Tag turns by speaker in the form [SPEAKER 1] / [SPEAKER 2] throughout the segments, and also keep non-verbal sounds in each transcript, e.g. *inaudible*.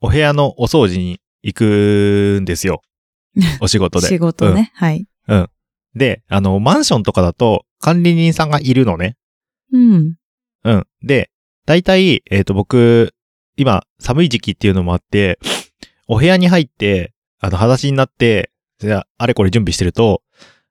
[SPEAKER 1] お部屋のお掃除に行くんです
[SPEAKER 2] *laughs*
[SPEAKER 1] よ。お仕事で。
[SPEAKER 2] 仕事ね。はい。
[SPEAKER 1] うん。で、あの、マンションとかだと管理人さんがいるのね。
[SPEAKER 2] うん。
[SPEAKER 1] うん。で、大体、えっ、と、僕、今、寒い時期っていうのもあって、お部屋に入って、あの、裸足になって、じゃあ、あれこれ準備してると、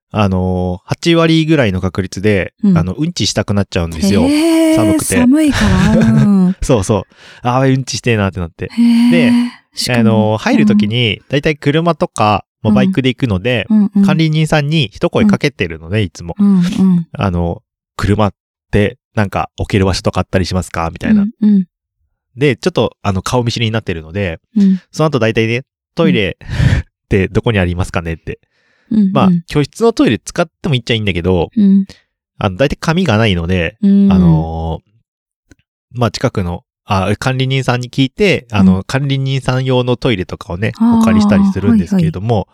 [SPEAKER 1] あのー8割ぐらいの確率で、
[SPEAKER 2] うん
[SPEAKER 1] あの、うんちしたくなっちゃうんですよ。
[SPEAKER 2] へー
[SPEAKER 1] 寒くて
[SPEAKER 2] 寒いから。うん。
[SPEAKER 1] そうそう。ああ、うんちしてえなってなって。
[SPEAKER 2] へ
[SPEAKER 1] で
[SPEAKER 2] ーし
[SPEAKER 1] あ
[SPEAKER 2] かも
[SPEAKER 1] のー入るときに、大体車とか、まあ
[SPEAKER 2] うん
[SPEAKER 1] バイクで行くので、
[SPEAKER 2] うんうん
[SPEAKER 1] 管理人さんに一声かけてるのね、いつも。
[SPEAKER 2] うんうん。み
[SPEAKER 1] あの、車って、なんか置ける場所とかあったりしますかみたいな。
[SPEAKER 2] うん。
[SPEAKER 1] で、ちょっと、あの、顔見知りになってるので、
[SPEAKER 2] うん
[SPEAKER 1] その後大体ね、トイレってどこにありますかねって。
[SPEAKER 2] うん。
[SPEAKER 1] まあ
[SPEAKER 2] うん、
[SPEAKER 1] 教室のトイレ使ってもいっちゃいいんだけど、
[SPEAKER 2] うん。
[SPEAKER 1] あの、大体紙がないので、
[SPEAKER 2] うん
[SPEAKER 1] あ、のーまあ近くの、あ、管理人さんに聞いて、あの、
[SPEAKER 2] う
[SPEAKER 1] 管理人さん用のトイレとかをね、
[SPEAKER 2] あー
[SPEAKER 1] お借りしたりするんですけれども、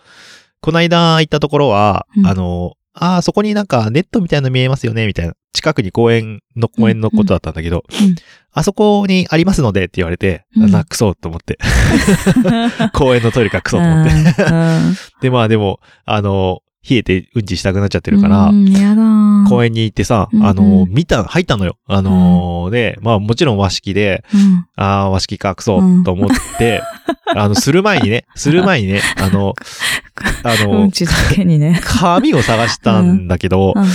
[SPEAKER 1] こないだ行ったところは、
[SPEAKER 2] うん
[SPEAKER 1] あのーあーそこになんかネットみたいなの見えますよね、みたいな。近くに公園の公園のことだったんだけど、
[SPEAKER 2] うんうん
[SPEAKER 1] あそこにありますのでって言われて、
[SPEAKER 2] うん
[SPEAKER 1] な、クソと思っ
[SPEAKER 2] *laughs*
[SPEAKER 1] て。公園のトイレかクソと思って。
[SPEAKER 2] て。
[SPEAKER 1] で、まあでも、あの、冷えてうんちしたくなっちゃってるから、
[SPEAKER 2] うん、やだー。
[SPEAKER 1] 公園に行ってさ、
[SPEAKER 2] うんうん
[SPEAKER 1] あの、見た、入ったのよ。あの、で、まあもちろん和式で、
[SPEAKER 2] うん。
[SPEAKER 1] ああ、和式か、クソ
[SPEAKER 2] うん、
[SPEAKER 1] と思っ
[SPEAKER 2] *laughs*
[SPEAKER 1] て、あの、する前にね、する前にね、あの、あ
[SPEAKER 2] う
[SPEAKER 1] の
[SPEAKER 2] ん、ちだけにね。
[SPEAKER 1] 紙を探したんだけど、
[SPEAKER 2] うんう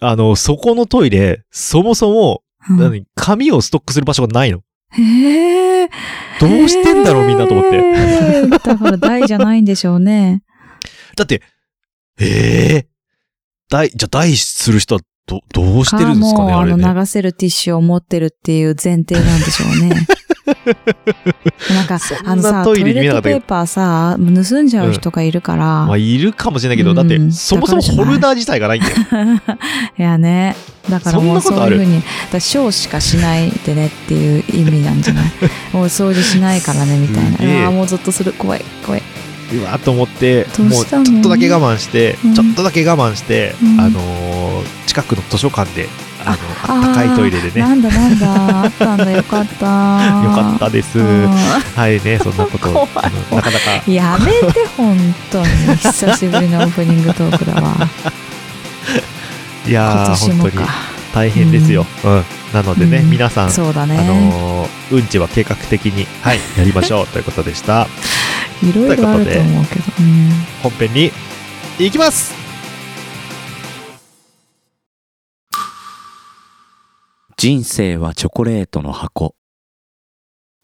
[SPEAKER 1] あの、そこのトイレ、そもそも、
[SPEAKER 2] んうん
[SPEAKER 1] 何紙をストックする場所がないの。
[SPEAKER 2] へえ。
[SPEAKER 1] どうしてんだろう、みんなと思って。
[SPEAKER 2] て。だから大じゃないんでしょうね。
[SPEAKER 1] だって、ええ大、じゃあ大する人はど、どうしてるんですかね、
[SPEAKER 2] もう
[SPEAKER 1] あれね。
[SPEAKER 2] の、流せるティッシュを持ってるっていう前提なんでしょうね。
[SPEAKER 1] *laughs*
[SPEAKER 2] なんか
[SPEAKER 1] そん、な
[SPEAKER 2] あのさ、ト
[SPEAKER 1] ト
[SPEAKER 2] イ
[SPEAKER 1] イ
[SPEAKER 2] レ
[SPEAKER 1] レ見え
[SPEAKER 2] ッ
[SPEAKER 1] なか
[SPEAKER 2] ト
[SPEAKER 1] ったけど
[SPEAKER 2] ペーパーさ、盗んじゃう人がいるから。
[SPEAKER 1] まあ、いるかもしれないけど、
[SPEAKER 2] うん
[SPEAKER 1] だって、そもそもホルダー自体がないんだよ。
[SPEAKER 2] いやね。だからもう
[SPEAKER 1] そん
[SPEAKER 2] そ
[SPEAKER 1] なことあ
[SPEAKER 2] ういう
[SPEAKER 1] る
[SPEAKER 2] ふうに、だからショーしかしないでねっていう意味な
[SPEAKER 1] *laughs*
[SPEAKER 2] んじゃないもう掃除しないからねみたい
[SPEAKER 1] すげえ
[SPEAKER 2] な。ああ、もうゾッとする。怖い、怖い。
[SPEAKER 1] うわーと思って、
[SPEAKER 2] どう
[SPEAKER 1] もう
[SPEAKER 2] し
[SPEAKER 1] ち
[SPEAKER 2] た
[SPEAKER 1] ょ
[SPEAKER 2] の
[SPEAKER 1] っとだけ我慢して、
[SPEAKER 2] うん
[SPEAKER 1] ちょっとだけ我慢して、
[SPEAKER 2] うん
[SPEAKER 1] あのー近くの図書館で、あの、
[SPEAKER 2] あ
[SPEAKER 1] あったかいトイレでね、よ
[SPEAKER 2] なんだなんだ。あったんだ。よかった。よ
[SPEAKER 1] かったです。
[SPEAKER 2] た。
[SPEAKER 1] はいね、そんな
[SPEAKER 2] *laughs*
[SPEAKER 1] こと、
[SPEAKER 2] 怖い
[SPEAKER 1] あのなかなか、
[SPEAKER 2] やめて、本当に。久しぶりのオープニングトーク
[SPEAKER 1] *laughs*
[SPEAKER 2] だわ。
[SPEAKER 1] いや
[SPEAKER 2] 今
[SPEAKER 1] ー、
[SPEAKER 2] 年
[SPEAKER 1] 本
[SPEAKER 2] も
[SPEAKER 1] 当に
[SPEAKER 2] か。
[SPEAKER 1] 大変ですよ。うん。なのでね、
[SPEAKER 2] うん
[SPEAKER 1] 皆さん、
[SPEAKER 2] そうだ
[SPEAKER 1] あ
[SPEAKER 2] ね。
[SPEAKER 1] のーうんちは計画的に、
[SPEAKER 2] *laughs*
[SPEAKER 1] はい、やりましょうということでした。
[SPEAKER 2] いろいろあると思うけど。うん
[SPEAKER 1] 本編に行きます
[SPEAKER 3] 人生はチョコレートの箱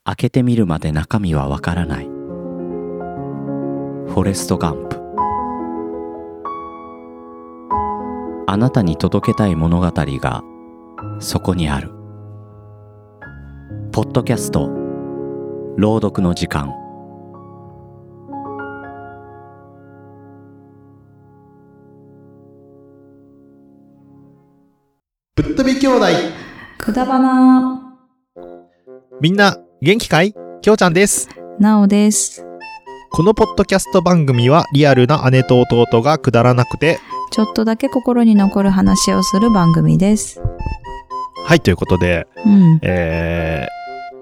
[SPEAKER 3] 開けてみるまで中身はわからないフォレスト・ガンプあなたに届けたい物語がそこにあるポッドキャスト朗読の時間
[SPEAKER 1] ぶっ飛び兄弟
[SPEAKER 2] くだばな、
[SPEAKER 1] みんな、元気かいきょうちゃんです。
[SPEAKER 2] なおです。
[SPEAKER 1] このポッドキャスト番組はリアルな姉と弟がくだらなくて、
[SPEAKER 2] ちょっとだけ心に残る話をする番組です。
[SPEAKER 1] はい、ということで、
[SPEAKER 2] うん。
[SPEAKER 1] え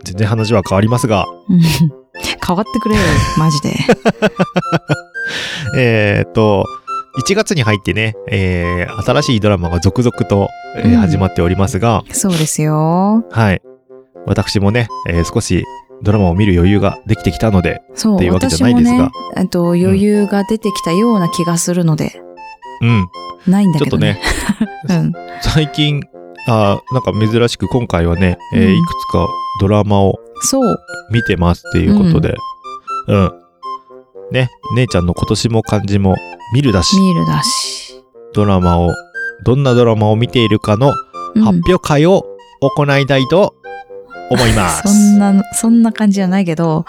[SPEAKER 1] ー、全然話は変わりますが、
[SPEAKER 2] うん *laughs* 変わってくれ *laughs* よ、マジで。
[SPEAKER 1] えーっと、1月に入ってね、えー、新しいドラマが続々と、えー
[SPEAKER 2] うん
[SPEAKER 1] 始まっておりますが、
[SPEAKER 2] そうですよ。
[SPEAKER 1] はい。私もね、えー少しドラマを見る余裕ができてきたので、
[SPEAKER 2] そ、
[SPEAKER 1] っていううわけ
[SPEAKER 2] 私
[SPEAKER 1] じゃない
[SPEAKER 2] も
[SPEAKER 1] ですが
[SPEAKER 2] ね、えっと、余裕が出てきたような気がするので、
[SPEAKER 1] うん。
[SPEAKER 2] ないんだ
[SPEAKER 1] ちょっ
[SPEAKER 2] け
[SPEAKER 1] と
[SPEAKER 2] ど
[SPEAKER 1] ね
[SPEAKER 2] ね。、うん。
[SPEAKER 1] 最近、あーなんか珍しく今回はね、えー
[SPEAKER 2] うん
[SPEAKER 1] いくつかドラマを
[SPEAKER 2] そう。
[SPEAKER 1] 見てますっていうことで、うん。ね、姉ちゃんの今年も漢字も見るだし、
[SPEAKER 2] ミールだし。
[SPEAKER 1] ドラマを、どんなドラマを見ているかの
[SPEAKER 2] うん
[SPEAKER 1] 発表会を行いたいと思います。
[SPEAKER 2] そんな、そんな感じじゃないけど、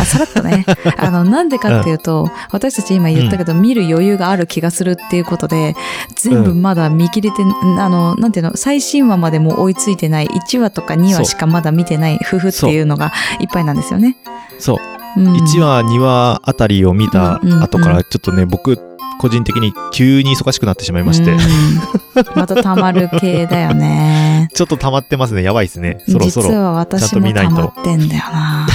[SPEAKER 2] あさらっと
[SPEAKER 1] *laughs*
[SPEAKER 2] ね、あの、なんでかっていうと、私たち今言ったけど、見る余裕がある気がするっていうことで、全部まだ見切れて、あの、なんていうの、最新話までもう追いついてない、1話とか2話しかまだ見てない夫婦っていうのがいっぱいなんですよね。
[SPEAKER 1] そう。
[SPEAKER 2] うん、
[SPEAKER 1] 1話、2話あたりを見た後か
[SPEAKER 2] うんうんう
[SPEAKER 1] ら、ちょっとね、僕、個人的に急に忙しくなってしまいまし
[SPEAKER 2] う
[SPEAKER 1] て
[SPEAKER 2] ん、また溜まる系だよね。
[SPEAKER 1] *laughs* ちょっと溜まってますね。やばいですね。そろそ
[SPEAKER 2] 実
[SPEAKER 1] ろ。 *laughs*
[SPEAKER 2] は私も溜まってんだよな。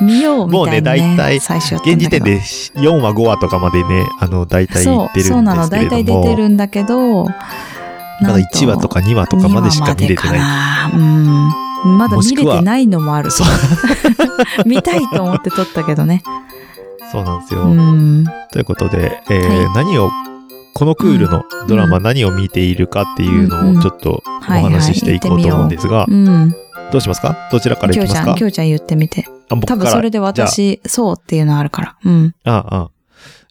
[SPEAKER 2] 見ようみたいな、ね。
[SPEAKER 1] もうね大体
[SPEAKER 2] 最初やったん
[SPEAKER 1] 現時
[SPEAKER 2] だ
[SPEAKER 1] 点
[SPEAKER 2] けど
[SPEAKER 1] で4話5話とかまでね、あの、大体言ってるんですけれども。
[SPEAKER 2] そう、そうなの。大体出てるんだけど、
[SPEAKER 1] まだ1話とか2話とかまでしか見れてない。
[SPEAKER 2] い。うん。まだ見れてないのもある。
[SPEAKER 1] そう
[SPEAKER 2] *laughs* 見たいと思って撮ったけどね。
[SPEAKER 1] *laughs* そうなんですよ。
[SPEAKER 2] うん。
[SPEAKER 1] ということで、えー
[SPEAKER 2] は
[SPEAKER 1] 何を、このクールのドラマ
[SPEAKER 2] うん
[SPEAKER 1] 何を見ているかっていう
[SPEAKER 2] うん
[SPEAKER 1] の
[SPEAKER 2] う
[SPEAKER 1] を
[SPEAKER 2] ん
[SPEAKER 1] ちょっとお
[SPEAKER 2] はいはい
[SPEAKER 1] 話ししていこうと思うんですが
[SPEAKER 2] う、ん。
[SPEAKER 1] どうしますかどちらからい
[SPEAKER 2] き
[SPEAKER 1] きま
[SPEAKER 2] ょうち
[SPEAKER 1] す
[SPEAKER 2] ゃん、
[SPEAKER 1] か
[SPEAKER 2] きょうちゃん言ってみて。
[SPEAKER 1] あ、僕
[SPEAKER 2] 多
[SPEAKER 1] か
[SPEAKER 2] 分
[SPEAKER 1] ら。
[SPEAKER 2] それで私、そうっていうのあるから。うん。
[SPEAKER 1] ああ、ああ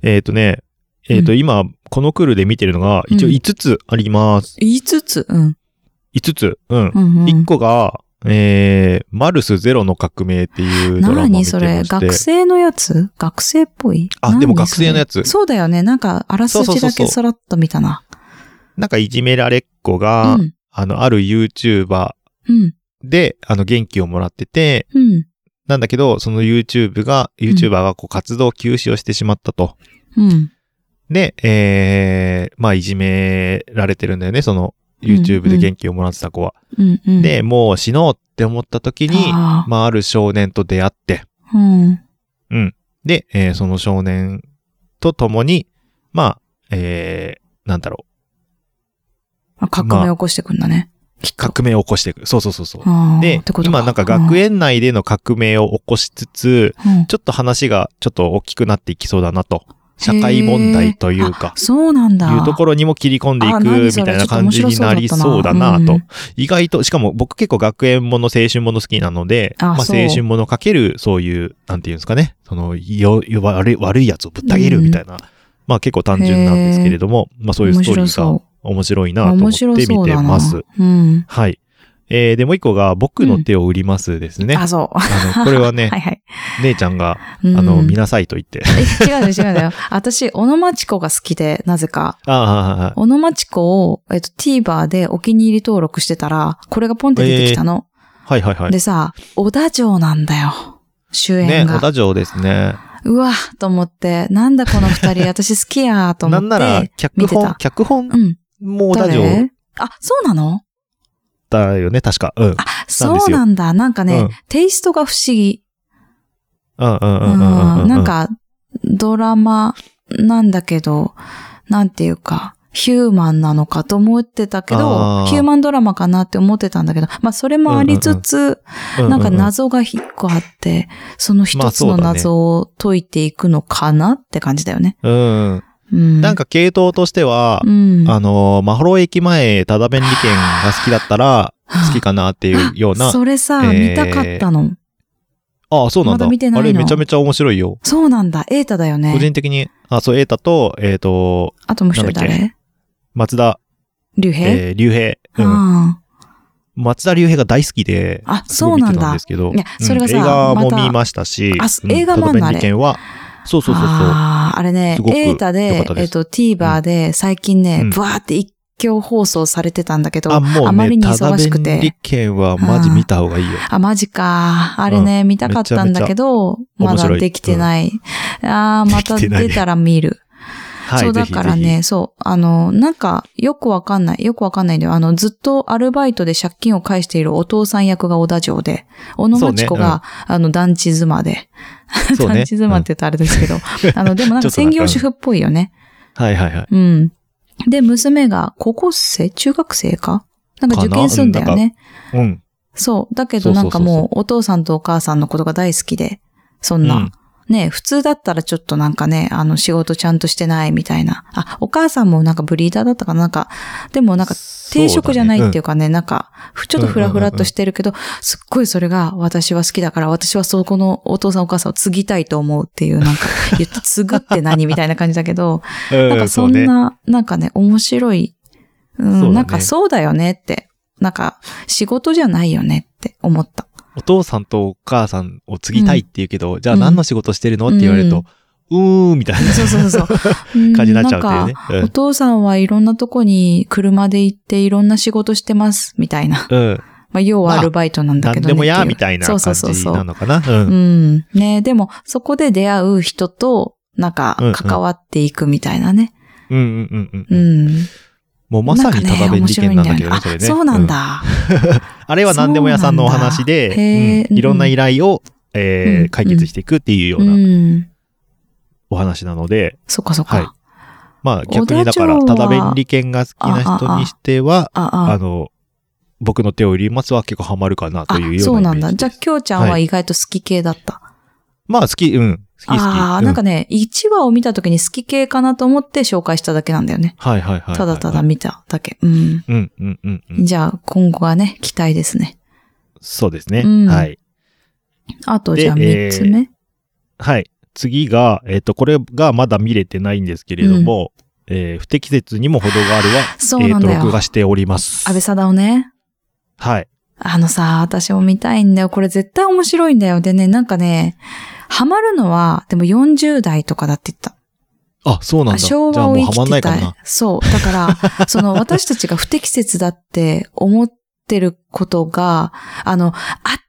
[SPEAKER 1] えっ、とね、えっ、と、
[SPEAKER 2] うん
[SPEAKER 1] 今、このクールで見てるのが、一応
[SPEAKER 2] うん
[SPEAKER 1] 5つあります。
[SPEAKER 2] 5つ。うん。
[SPEAKER 1] 5つ。うん
[SPEAKER 2] う。ん、うん。
[SPEAKER 1] 1個が、えー、マルスゼロの革命っていうドラマを見てま
[SPEAKER 2] 何
[SPEAKER 1] して
[SPEAKER 2] それ学生のやつ学生っぽい
[SPEAKER 1] あでも学生のや
[SPEAKER 2] 何それ
[SPEAKER 1] つ
[SPEAKER 2] そうだよね。なんか、あらす
[SPEAKER 1] そうそう
[SPEAKER 2] じ
[SPEAKER 1] そう
[SPEAKER 2] だ
[SPEAKER 1] そう
[SPEAKER 2] けさらっと見たな。
[SPEAKER 1] なんかいじめられっ子が、
[SPEAKER 2] うん。
[SPEAKER 1] あの、ある YouTuber
[SPEAKER 2] うん。
[SPEAKER 1] で、あの、元気をもらってて、
[SPEAKER 2] うん。
[SPEAKER 1] なんだけど、その YouTube が、YouTuber がこう活動休止をしてしまったと。
[SPEAKER 2] うん。
[SPEAKER 1] で、えー、まあ、いじめられてるんだよね、その
[SPEAKER 2] うんう
[SPEAKER 1] YouTube
[SPEAKER 2] ん
[SPEAKER 1] で元気をもらってた子は。
[SPEAKER 2] うん。うん、
[SPEAKER 1] で、もう死のうって思った時に、
[SPEAKER 2] あ
[SPEAKER 1] まあ、ある少年と出会って、
[SPEAKER 2] ーうん。
[SPEAKER 1] で、えーその少年と共に、まあ、えー、なんだろ
[SPEAKER 2] あ革命を起こしてくんだね。
[SPEAKER 1] う、革命を起こしていく。そうそうそうそう。
[SPEAKER 2] あー
[SPEAKER 1] で
[SPEAKER 2] ってこ、と
[SPEAKER 1] 今なんか学、園内での革命を起こしつつ、
[SPEAKER 2] うんうん
[SPEAKER 1] ちょっと話がちょっと大きくなっていきそうだなと。社会問題というか
[SPEAKER 2] あ、そうなんだ。
[SPEAKER 1] いうところにも切り込んでい
[SPEAKER 2] あ
[SPEAKER 1] く
[SPEAKER 2] 何
[SPEAKER 1] み
[SPEAKER 2] それ
[SPEAKER 1] たいな感じになりそうだな
[SPEAKER 2] ちょっと面白そうだ
[SPEAKER 1] と
[SPEAKER 2] った。
[SPEAKER 1] 意外と、しかも僕結構学園もの青春もの好きなので、
[SPEAKER 2] あ
[SPEAKER 1] まあ青
[SPEAKER 2] そう
[SPEAKER 1] 春ものかけるそういう、なんていうんですかね、その、よ、よ悪い、悪いやつをぶった切るみたいな。まあ結構単純なんですけれども、まあそういうストーリ
[SPEAKER 2] 面白
[SPEAKER 1] ーが
[SPEAKER 2] そ
[SPEAKER 1] 面白いうなと思
[SPEAKER 2] 面
[SPEAKER 1] って
[SPEAKER 2] 白
[SPEAKER 1] 見
[SPEAKER 2] そう
[SPEAKER 1] て
[SPEAKER 2] だな
[SPEAKER 1] ます。
[SPEAKER 2] うん。
[SPEAKER 1] はい。えー、でもう一個が僕の手を売りますですね。
[SPEAKER 2] あ、そう。
[SPEAKER 1] あの、これはね、
[SPEAKER 2] *laughs* はいはい。
[SPEAKER 1] 姉ちゃんが、
[SPEAKER 2] うん
[SPEAKER 1] あの、見なさいと言って。
[SPEAKER 2] え違うの違うのよ。私、小野町子が好きで、なぜか。
[SPEAKER 1] ああ、
[SPEAKER 2] 小野町子を、えっと、TVer でお気に入り登録してたら、これがポンって出てきたの。
[SPEAKER 1] はいはいはい。
[SPEAKER 2] でさ、小田城なんだよ。主
[SPEAKER 1] ね
[SPEAKER 2] 演、が。
[SPEAKER 1] 小田城ですね。
[SPEAKER 2] うわ、と思って、なんだこの二
[SPEAKER 1] *laughs*
[SPEAKER 2] 人、私好きや、と思
[SPEAKER 1] な
[SPEAKER 2] って。
[SPEAKER 1] んなら、脚
[SPEAKER 2] 見て
[SPEAKER 1] 本
[SPEAKER 2] た、
[SPEAKER 1] 脚本
[SPEAKER 2] うん。
[SPEAKER 1] も小田城
[SPEAKER 2] 誰あ、そうなの
[SPEAKER 1] だよね、確か。うん。
[SPEAKER 2] そうなんだ。なんかね、
[SPEAKER 1] うん
[SPEAKER 2] テイストが不思議。
[SPEAKER 1] うんうん
[SPEAKER 2] う
[SPEAKER 1] うんうんうんうん
[SPEAKER 2] ん。なん、か、ドラマなんだけど、なんていうか、ヒューマンなのかと思ってたけ
[SPEAKER 1] あ
[SPEAKER 2] ど、
[SPEAKER 1] ー
[SPEAKER 2] ヒューマンドラマかなって思ってたんだけど、まあそれもありつつ、
[SPEAKER 1] うう
[SPEAKER 2] なんか、謎が一個あって、その一つ
[SPEAKER 1] まあそ
[SPEAKER 2] の
[SPEAKER 1] うだね
[SPEAKER 2] 謎を解いていくのかなって感じだよね。
[SPEAKER 1] うんうん。
[SPEAKER 2] うん。
[SPEAKER 1] なん、か系統としては
[SPEAKER 2] う、ん。
[SPEAKER 1] あのー、マホロ駅前、ただ弁理券が好きだったら、好きかなっていうような。
[SPEAKER 2] それさ、
[SPEAKER 1] えー
[SPEAKER 2] 見たかったの。
[SPEAKER 1] ああ、そうなんだ。
[SPEAKER 2] まだ見てないの
[SPEAKER 1] あれめちゃめちゃ面白いよ。
[SPEAKER 2] そうなんだ。エータだよ
[SPEAKER 1] 個
[SPEAKER 2] ね。
[SPEAKER 1] 人的に、あ、そう、エータと、えっと、
[SPEAKER 2] あともう一人
[SPEAKER 1] なんだ
[SPEAKER 2] 誰
[SPEAKER 1] 松田、
[SPEAKER 2] 竜兵、
[SPEAKER 1] えー、竜兵。う
[SPEAKER 2] う
[SPEAKER 1] ん。
[SPEAKER 2] ん。
[SPEAKER 1] 松田竜兵が大好きで、
[SPEAKER 2] あ
[SPEAKER 1] すごい見てた
[SPEAKER 2] そうなん
[SPEAKER 1] ん
[SPEAKER 2] だ
[SPEAKER 1] ですけど、
[SPEAKER 2] いやそれがさ
[SPEAKER 1] うん映画も
[SPEAKER 2] また
[SPEAKER 1] 見ましたし、
[SPEAKER 2] あす
[SPEAKER 1] うん
[SPEAKER 2] 映画もあんの
[SPEAKER 1] ただ弁理券は、そうそうそうそう。
[SPEAKER 2] ああ、あれね
[SPEAKER 1] すご、く
[SPEAKER 2] エータ
[SPEAKER 1] 良か
[SPEAKER 2] で
[SPEAKER 1] った、で
[SPEAKER 2] え
[SPEAKER 1] す
[SPEAKER 2] っと、TVer で最近ね
[SPEAKER 1] うん、
[SPEAKER 2] ブワーって一挙放送されてたんだけど、
[SPEAKER 1] あ、もうね、
[SPEAKER 2] あまりに忙しくて
[SPEAKER 1] ただ便利券はマジ見た方がいいよ。
[SPEAKER 2] あ、マジか。あれね、見たかったんだけど、
[SPEAKER 1] めちゃ
[SPEAKER 2] ま
[SPEAKER 1] 面
[SPEAKER 2] だ
[SPEAKER 1] 白い
[SPEAKER 2] できてない。ああ、また
[SPEAKER 1] できてない
[SPEAKER 2] 出たら見る。
[SPEAKER 1] はい。
[SPEAKER 2] そう
[SPEAKER 1] ぜ
[SPEAKER 2] だ
[SPEAKER 1] ひ
[SPEAKER 2] からね、
[SPEAKER 1] ぜ
[SPEAKER 2] そう。あの、なんか、よくわかんない。よくわかんないんだよ。あの、ずっとアルバイトで借金を返しているお父さん役が小田城で、小野町子が、あの、団地妻で。
[SPEAKER 1] ひ、そう
[SPEAKER 2] *laughs*
[SPEAKER 1] ね
[SPEAKER 2] 団。地妻って言うとあれですけど。あの、でもなん
[SPEAKER 1] ちょ
[SPEAKER 2] か
[SPEAKER 1] っとなんか
[SPEAKER 2] 専業主婦っぽいよね。
[SPEAKER 1] うんはいはいはい。
[SPEAKER 2] うん。で、娘が高校生中学生かなんか受験するんだよ
[SPEAKER 1] かなう
[SPEAKER 2] ね。
[SPEAKER 1] うん。
[SPEAKER 2] そう。だけ
[SPEAKER 1] そ
[SPEAKER 2] ど
[SPEAKER 1] うそう
[SPEAKER 2] な
[SPEAKER 1] そ
[SPEAKER 2] ん
[SPEAKER 1] うそ
[SPEAKER 2] か
[SPEAKER 1] う
[SPEAKER 2] もうお父さんとお母さんのことが大好きで、そんな。
[SPEAKER 1] うん
[SPEAKER 2] ね普通だったらちょっとなんかね、あの仕事ちゃんとしてないみたいな。あ、お母さんもなんかブリーダーだったかななんか、でもなんか定食じゃないっていううかね、なんか、ふちょっとフラフラっとしてるけど、すっごいそれが私は好きだから、私はそこのお父さんお母さんを継ぎたいと思うっていう、なんか、言って *laughs* 継ぐって何みたいな感じだけど、
[SPEAKER 1] だね。
[SPEAKER 2] なん
[SPEAKER 1] う
[SPEAKER 2] かそん
[SPEAKER 1] そうね
[SPEAKER 2] な、なんかね、面白い。
[SPEAKER 1] そう
[SPEAKER 2] う
[SPEAKER 1] だ
[SPEAKER 2] ん、
[SPEAKER 1] ね
[SPEAKER 2] なんかそうだよねって。なんか、仕事じゃないよねって思った。
[SPEAKER 1] お父さんとお母さんを継ぎたいって言うけど、じゃあ何の仕事してるのって言われると、うーん、みたいな
[SPEAKER 2] そうそうそうそう。
[SPEAKER 1] *laughs*
[SPEAKER 2] うん
[SPEAKER 1] 感じになっちゃうって
[SPEAKER 2] なん
[SPEAKER 1] い
[SPEAKER 2] か
[SPEAKER 1] うね。うん
[SPEAKER 2] お父さんはいろんなとこに車で行っていろんな仕事してます、みた
[SPEAKER 1] *laughs*
[SPEAKER 2] いな。
[SPEAKER 1] うん。
[SPEAKER 2] まあ、要はアルバイトなんだ
[SPEAKER 1] 何
[SPEAKER 2] けどね
[SPEAKER 1] でもや
[SPEAKER 2] って
[SPEAKER 1] ー
[SPEAKER 2] う
[SPEAKER 1] みたいな
[SPEAKER 2] そ
[SPEAKER 1] 感
[SPEAKER 2] うそうそう
[SPEAKER 1] じ
[SPEAKER 2] そう
[SPEAKER 1] なのかな。う。
[SPEAKER 2] うんん。ねでも、そこで出会う人と、なんか
[SPEAKER 1] うんうん、
[SPEAKER 2] 関わっていくみたいなね。
[SPEAKER 1] うんうんうんうん
[SPEAKER 2] う
[SPEAKER 1] うん。
[SPEAKER 2] ん。
[SPEAKER 1] もうまさにた
[SPEAKER 2] なんか
[SPEAKER 1] だ弁
[SPEAKER 2] ね面
[SPEAKER 1] 利
[SPEAKER 2] 白い
[SPEAKER 1] 券
[SPEAKER 2] ん
[SPEAKER 1] なん
[SPEAKER 2] だ
[SPEAKER 1] だ
[SPEAKER 2] よ
[SPEAKER 1] けど
[SPEAKER 2] ね
[SPEAKER 1] ね、それね。
[SPEAKER 2] あそうなんだ。
[SPEAKER 1] うん。あれは何でも屋さんのお話
[SPEAKER 2] そうなんだ
[SPEAKER 1] で、
[SPEAKER 2] へー
[SPEAKER 1] うんいろんな依頼をえ
[SPEAKER 2] う
[SPEAKER 1] ー
[SPEAKER 2] ん
[SPEAKER 1] 解決していくっていうよう
[SPEAKER 2] う。
[SPEAKER 1] なんお話なので、
[SPEAKER 2] そっかそっか。
[SPEAKER 1] はいまあ逆にだから、
[SPEAKER 2] 小田
[SPEAKER 1] た
[SPEAKER 2] 城
[SPEAKER 1] だ
[SPEAKER 2] は
[SPEAKER 1] 便利券が好きな人にしては、
[SPEAKER 2] あ
[SPEAKER 1] あ
[SPEAKER 2] あ。
[SPEAKER 1] の、僕の手を入れますは結構ハマるかなというよ
[SPEAKER 2] そうう
[SPEAKER 1] な
[SPEAKER 2] な
[SPEAKER 1] イ
[SPEAKER 2] ん
[SPEAKER 1] メージ
[SPEAKER 2] だ。じゃあ
[SPEAKER 1] で、す。
[SPEAKER 2] きょうちゃんは意外と好き系だった。
[SPEAKER 1] まあ好き、うん。好き好き。
[SPEAKER 2] ああ、
[SPEAKER 1] うん
[SPEAKER 2] なんかね、1話を見た時に好き系かなと思って紹介しただけなんだよね。
[SPEAKER 1] はいはいはいはい。
[SPEAKER 2] ただただ。見ただけ。うん。
[SPEAKER 1] うんうんうんうん。
[SPEAKER 2] じゃあ、今後はね、期待ですね。
[SPEAKER 1] そうですね。
[SPEAKER 2] うん
[SPEAKER 1] はい。
[SPEAKER 2] あと、
[SPEAKER 1] で
[SPEAKER 2] じゃあ3つ目。
[SPEAKER 1] はい。次が、えっ、と、これがまだ見れてないんですけれども、えー不適切にも程があるは、
[SPEAKER 2] *laughs* そう
[SPEAKER 1] え
[SPEAKER 2] な
[SPEAKER 1] っ
[SPEAKER 2] ん
[SPEAKER 1] と、
[SPEAKER 2] だよ。
[SPEAKER 1] 録画
[SPEAKER 2] 安
[SPEAKER 1] しております。
[SPEAKER 2] 倍貞夫ね。
[SPEAKER 1] はい。
[SPEAKER 2] あのさ、私も見たいんだよ。これ絶対面白いんだよ。でね、なんかね、ハマるのは、でも40代とかだって言った。
[SPEAKER 1] あ、そうなんだ。じゃあ
[SPEAKER 2] 昭和
[SPEAKER 1] も
[SPEAKER 2] を
[SPEAKER 1] う
[SPEAKER 2] 生
[SPEAKER 1] はまん
[SPEAKER 2] き
[SPEAKER 1] な
[SPEAKER 2] て
[SPEAKER 1] いか
[SPEAKER 2] たい
[SPEAKER 1] な。
[SPEAKER 2] そう。
[SPEAKER 1] *laughs*
[SPEAKER 2] だから、その私たちが不適切だって思ってることが、あの、あっ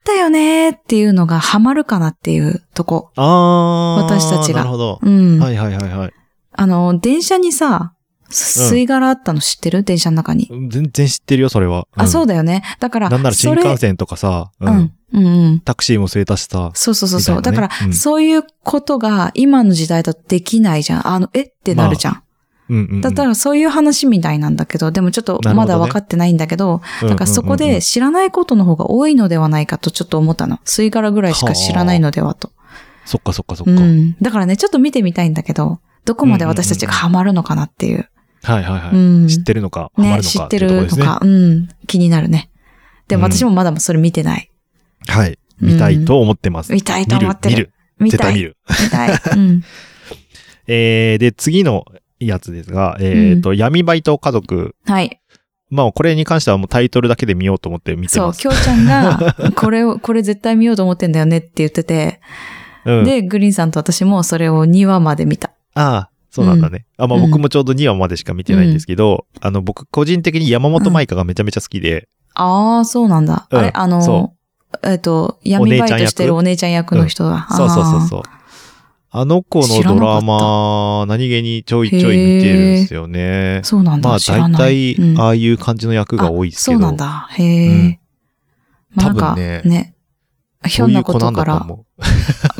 [SPEAKER 2] たよねーっていうのがハマるかなっていうとこ。
[SPEAKER 1] あー。
[SPEAKER 2] 私たちが
[SPEAKER 1] なるほど。
[SPEAKER 2] うん。
[SPEAKER 1] はいはいはいはい。
[SPEAKER 2] あの、電車にさ、す吸い殻あったの知ってる電車の中に。
[SPEAKER 1] 全然知ってるよ、それは。
[SPEAKER 2] あ、そう
[SPEAKER 1] だ。
[SPEAKER 2] だよね。だから、
[SPEAKER 1] なんなら新
[SPEAKER 2] それ
[SPEAKER 1] 幹線とかさ、う
[SPEAKER 2] うんん。。うんうん。
[SPEAKER 1] タクシーも据えたしさ。
[SPEAKER 2] そうそうそうそう、
[SPEAKER 1] みた
[SPEAKER 2] だ
[SPEAKER 1] いなね
[SPEAKER 2] から、
[SPEAKER 1] うん
[SPEAKER 2] そういうことが今の時代だとできないじゃん。あの、えってなるじゃん。
[SPEAKER 1] うんうんうん。
[SPEAKER 2] だったらそういう話みたいなんだけど、でもちょっ
[SPEAKER 1] な
[SPEAKER 2] と
[SPEAKER 1] るほどね
[SPEAKER 2] まだ分かってないんだけど、
[SPEAKER 1] うんうんうんうん、
[SPEAKER 2] だからそこで知らないことの方が多いのではないかとちょっと思ったの。吸い殻ぐらいしか知らないのではと。
[SPEAKER 1] そっかそっかそっ
[SPEAKER 2] う
[SPEAKER 1] か。
[SPEAKER 2] ん。だからね、ちょっと見てみたいんだけど、どこまで私たちがハマるのかなっていう。
[SPEAKER 1] はいはいはい。
[SPEAKER 2] うん。
[SPEAKER 1] 知ってるのか、ハマ
[SPEAKER 2] ね、
[SPEAKER 1] るの
[SPEAKER 2] 知
[SPEAKER 1] か
[SPEAKER 2] っ
[SPEAKER 1] って
[SPEAKER 2] て
[SPEAKER 1] いうところ
[SPEAKER 2] る
[SPEAKER 1] で
[SPEAKER 2] と
[SPEAKER 1] すね。
[SPEAKER 2] か、うん。気になるね。でも
[SPEAKER 1] うん
[SPEAKER 2] 私もまだそれ見てない。
[SPEAKER 1] はい。
[SPEAKER 2] うん
[SPEAKER 1] 見たいと思ってます。
[SPEAKER 2] 見たいと
[SPEAKER 1] 見
[SPEAKER 2] 思
[SPEAKER 1] る
[SPEAKER 2] っ、て
[SPEAKER 1] 見
[SPEAKER 2] る。
[SPEAKER 1] る。
[SPEAKER 2] 見
[SPEAKER 1] 絶
[SPEAKER 2] た
[SPEAKER 1] 対
[SPEAKER 2] い。
[SPEAKER 1] 見
[SPEAKER 2] 見
[SPEAKER 1] る。
[SPEAKER 2] たい。
[SPEAKER 1] *laughs*
[SPEAKER 2] うん。
[SPEAKER 1] えー、で、次のやつですが、えっ、と、闇バイト家族。
[SPEAKER 2] はい。
[SPEAKER 1] まあ、これに関してはもうタイトルだけで見ようと思って見て
[SPEAKER 2] そ
[SPEAKER 1] ま
[SPEAKER 2] う、
[SPEAKER 1] す。
[SPEAKER 2] きょうちゃんが、
[SPEAKER 1] *laughs*
[SPEAKER 2] これを、これ絶対見ようと思ってんだよねって言ってて、
[SPEAKER 1] う。ん。
[SPEAKER 2] で、グリーンさんと私もそれを2話まで見た。
[SPEAKER 1] ああ、そうなんだね。あ、まあ、
[SPEAKER 2] うん
[SPEAKER 1] 僕もちょうど2話までしか見てないんですけど、あの、僕個人的に山本舞香がめちゃめちゃ好きで、
[SPEAKER 2] ああ、そうなんだ。
[SPEAKER 1] うん
[SPEAKER 2] あれ、あ
[SPEAKER 1] そ
[SPEAKER 2] の、えっ、と、闇バイトしてる
[SPEAKER 1] お
[SPEAKER 2] お姉ちゃん役の人だ。
[SPEAKER 1] そうそうそう
[SPEAKER 2] う。
[SPEAKER 1] そう。あの子の
[SPEAKER 2] 知ら
[SPEAKER 1] ド
[SPEAKER 2] なか
[SPEAKER 1] ラ
[SPEAKER 2] った
[SPEAKER 1] マ、何気にちょいちょい見てるんですよね。
[SPEAKER 2] そうなんだ。
[SPEAKER 1] まあ、
[SPEAKER 2] 知ら
[SPEAKER 1] 大
[SPEAKER 2] ない。
[SPEAKER 1] 体
[SPEAKER 2] う、ん
[SPEAKER 1] ああいう感じの役が多いですけど。
[SPEAKER 2] あそうなんだ。へ
[SPEAKER 1] うん
[SPEAKER 2] え。まあなん
[SPEAKER 1] 多
[SPEAKER 2] か、
[SPEAKER 1] 分ね
[SPEAKER 2] ね。ひ
[SPEAKER 1] そ
[SPEAKER 2] ょ
[SPEAKER 1] うんい
[SPEAKER 2] な
[SPEAKER 1] う
[SPEAKER 2] こ
[SPEAKER 1] 子な
[SPEAKER 2] と
[SPEAKER 1] んだ
[SPEAKER 2] か
[SPEAKER 1] と
[SPEAKER 2] ら
[SPEAKER 1] 思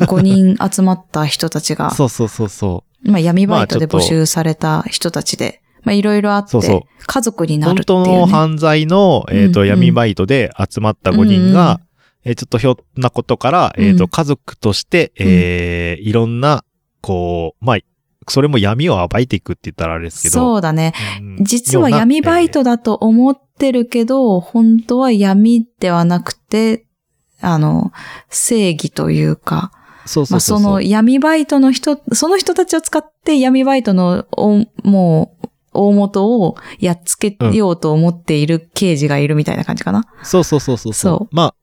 [SPEAKER 2] 5人集まった人たちが
[SPEAKER 1] う。、そうそうそうそ
[SPEAKER 2] まあ闇バイトで
[SPEAKER 1] まあ
[SPEAKER 2] 募
[SPEAKER 1] ちょっと
[SPEAKER 2] 集された人たちで、まあいろいろあっ
[SPEAKER 1] そうそう
[SPEAKER 2] て、家族に
[SPEAKER 1] う。
[SPEAKER 2] な
[SPEAKER 1] 本
[SPEAKER 2] るってい
[SPEAKER 1] 当
[SPEAKER 2] う、ね。
[SPEAKER 1] の犯罪の、えっ、と、
[SPEAKER 2] うんうん
[SPEAKER 1] 闇バイトで集まった5人が、えーちょっとひょんなことから、えっ、と、
[SPEAKER 2] うん
[SPEAKER 1] 家族として、えーいろんな、こう、まあ、それも闇を暴いていくって言ったらあれですけど。
[SPEAKER 2] そうだね。
[SPEAKER 1] うん
[SPEAKER 2] 実は闇バイ、
[SPEAKER 1] よ
[SPEAKER 2] トだと思ってるけど、本当は闇ではなくて、あの、正義というか、
[SPEAKER 1] うなえーそうそ
[SPEAKER 2] ま
[SPEAKER 1] う
[SPEAKER 2] あ
[SPEAKER 1] そう
[SPEAKER 2] そ
[SPEAKER 1] そう。
[SPEAKER 2] の闇バイトの人、その人たちを使って闇バイトのお、もう、大元をやっつけようと思っている刑事がいるみたいな感じかな。
[SPEAKER 1] そうそうそうそうそう
[SPEAKER 2] そう
[SPEAKER 1] まあ、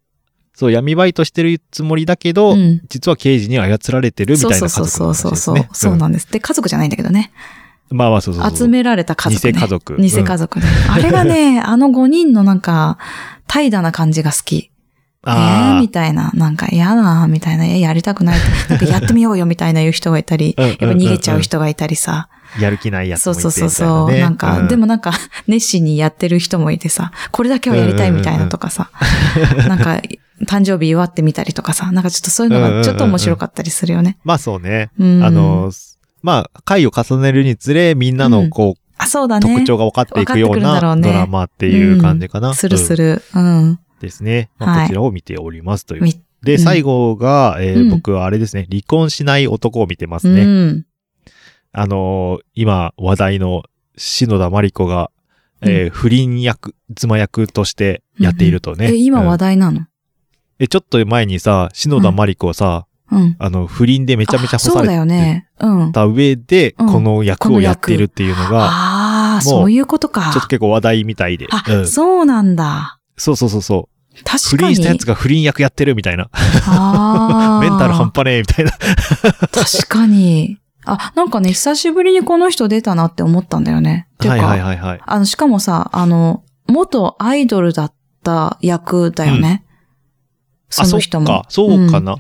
[SPEAKER 1] そう、闇バイトしてるつもりだけど、
[SPEAKER 2] うん。
[SPEAKER 1] 実は刑事に操られてるみ
[SPEAKER 2] そ
[SPEAKER 1] た
[SPEAKER 2] う
[SPEAKER 1] い
[SPEAKER 2] そ
[SPEAKER 1] な
[SPEAKER 2] う
[SPEAKER 1] 家族
[SPEAKER 2] そう
[SPEAKER 1] の
[SPEAKER 2] そう
[SPEAKER 1] 話
[SPEAKER 2] そう
[SPEAKER 1] ですね。
[SPEAKER 2] そう、そう
[SPEAKER 1] うん
[SPEAKER 2] なんです。で、家族じゃないんだけどね。
[SPEAKER 1] まあまあ、そうそうそう。
[SPEAKER 2] 集められた家族、ね。
[SPEAKER 1] 偽家族。
[SPEAKER 2] 偽家族ね。あれ
[SPEAKER 1] *laughs*
[SPEAKER 2] がね、あの5人のなんか、怠惰な感じが好き。え
[SPEAKER 1] あ
[SPEAKER 2] ー
[SPEAKER 1] あ。
[SPEAKER 2] みたいな。なんか嫌だ、みたいな。えやりたくない。なんかやってみようよ、みたいな言う人がいたり
[SPEAKER 1] うんうん
[SPEAKER 2] やっぱ逃げちゃう人がいたりさ。
[SPEAKER 1] やる気ないやつ
[SPEAKER 2] そ
[SPEAKER 1] もい
[SPEAKER 2] う
[SPEAKER 1] て
[SPEAKER 2] そうそうそう。
[SPEAKER 1] みたい
[SPEAKER 2] なんか、
[SPEAKER 1] ね
[SPEAKER 2] でも、なんか、熱心にやってる人もいてさ、これだけはやりたいみたいなとかさ、なんか、誕生日祝ってみたりとかさ、なんかちょっとそういうのがちょっと面白かったりするよね。
[SPEAKER 1] まあそうね。
[SPEAKER 2] うん。
[SPEAKER 1] あの、まあ、回を重ねるにつれ、みんなのこう、
[SPEAKER 2] あ、そうだね。
[SPEAKER 1] 特徴が分かっていくよう
[SPEAKER 2] 分かってくるんだろ
[SPEAKER 1] な
[SPEAKER 2] うね
[SPEAKER 1] ドラマっていう感じかな。
[SPEAKER 2] するす
[SPEAKER 1] る。
[SPEAKER 2] る。うん。
[SPEAKER 1] ですね。まあ
[SPEAKER 2] はい
[SPEAKER 1] こちらを見ておりますという
[SPEAKER 2] み。
[SPEAKER 1] で、
[SPEAKER 2] うん
[SPEAKER 1] 最後が、え
[SPEAKER 2] う
[SPEAKER 1] ー
[SPEAKER 2] ん
[SPEAKER 1] 僕はあれですね、離婚しない男を見てま
[SPEAKER 2] う
[SPEAKER 1] すね。
[SPEAKER 2] ん。
[SPEAKER 1] あのー、今話題の篠田真理子が、えー不倫役、妻役としてやっているとね。
[SPEAKER 2] え、今話
[SPEAKER 1] 題
[SPEAKER 2] 題なの
[SPEAKER 1] え、ちょっと前にさ、篠田真理子さ、
[SPEAKER 2] うん。
[SPEAKER 1] あの、不倫でめちゃめちゃ干
[SPEAKER 2] そ
[SPEAKER 1] さ
[SPEAKER 2] う
[SPEAKER 1] れ
[SPEAKER 2] だよ
[SPEAKER 1] て
[SPEAKER 2] ね。うん。
[SPEAKER 1] た上で、
[SPEAKER 2] うん
[SPEAKER 1] この役をやってるっていうのが、
[SPEAKER 2] ああ、
[SPEAKER 1] もう
[SPEAKER 2] そういうことか
[SPEAKER 1] ちょっと。結構話題みたいで。
[SPEAKER 2] あ、
[SPEAKER 1] うん、
[SPEAKER 2] そうなんだ。
[SPEAKER 1] そうそうそうそう。
[SPEAKER 2] 確
[SPEAKER 1] 不
[SPEAKER 2] か
[SPEAKER 1] 倫
[SPEAKER 2] に。
[SPEAKER 1] したやつが不倫役やってるみたいな。
[SPEAKER 2] あー
[SPEAKER 1] *laughs* メンタル半端ねえみたいな。
[SPEAKER 2] 確かに。あ、なんかね、久しぶりにこの人出たなって思ったんだよね。ていう
[SPEAKER 1] は
[SPEAKER 2] か、
[SPEAKER 1] いはいはいはい。
[SPEAKER 2] あの、しかもさ、あの、元アイドルだった役だよね。そ
[SPEAKER 1] あ、そ
[SPEAKER 2] の
[SPEAKER 1] う
[SPEAKER 2] 人も
[SPEAKER 1] か。。そうか
[SPEAKER 2] ん
[SPEAKER 1] な。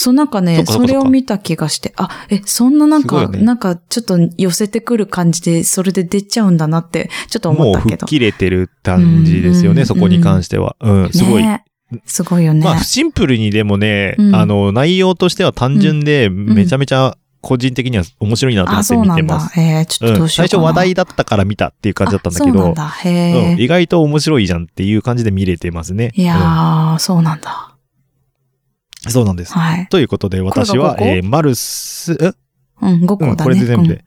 [SPEAKER 2] そう、なんか
[SPEAKER 1] そっ
[SPEAKER 2] ね、
[SPEAKER 1] か
[SPEAKER 2] そ
[SPEAKER 1] そっかそっか
[SPEAKER 2] れを見た気がして、あ、え、そんななん
[SPEAKER 1] すごい
[SPEAKER 2] か、
[SPEAKER 1] よね
[SPEAKER 2] なんかちょっと寄せてくる感じで、それで出ちゃうんだなって、ちょっと思っ
[SPEAKER 1] もう
[SPEAKER 2] た
[SPEAKER 1] 吹
[SPEAKER 2] け
[SPEAKER 1] っ
[SPEAKER 2] ど。
[SPEAKER 1] 切れてる感じですよ
[SPEAKER 2] うんうんう
[SPEAKER 1] ね、
[SPEAKER 2] ん
[SPEAKER 1] そこに関しては。うん、すごい
[SPEAKER 2] ねすごいよね。
[SPEAKER 1] まあ、シンプルにでもね、
[SPEAKER 2] うん
[SPEAKER 1] あの、内容としては単純で、めちゃめちゃ個人的には面白いなと思
[SPEAKER 2] あ、
[SPEAKER 1] って
[SPEAKER 2] そう
[SPEAKER 1] 見
[SPEAKER 2] な
[SPEAKER 1] て
[SPEAKER 2] ん
[SPEAKER 1] ま
[SPEAKER 2] だ
[SPEAKER 1] す。。
[SPEAKER 2] えー、ちょっ
[SPEAKER 1] う
[SPEAKER 2] とど
[SPEAKER 1] ん、
[SPEAKER 2] うし
[SPEAKER 1] 最
[SPEAKER 2] ようか
[SPEAKER 1] 初
[SPEAKER 2] な。
[SPEAKER 1] 話題だったから見たっていう感じだったんだけ
[SPEAKER 2] あそうなん
[SPEAKER 1] ど、
[SPEAKER 2] だ。へ
[SPEAKER 1] う
[SPEAKER 2] え
[SPEAKER 1] ん、。意外と面白いじゃんっていう感じで見れてますね。
[SPEAKER 2] いやー、そうなんだ。
[SPEAKER 1] うんそうなんです。
[SPEAKER 2] はい。
[SPEAKER 1] ということで、私は、
[SPEAKER 2] これが
[SPEAKER 1] えーマルス、え
[SPEAKER 2] うん、5個だ
[SPEAKER 1] う
[SPEAKER 2] ね。
[SPEAKER 1] ん、これで全部
[SPEAKER 2] う
[SPEAKER 1] で
[SPEAKER 2] ん。。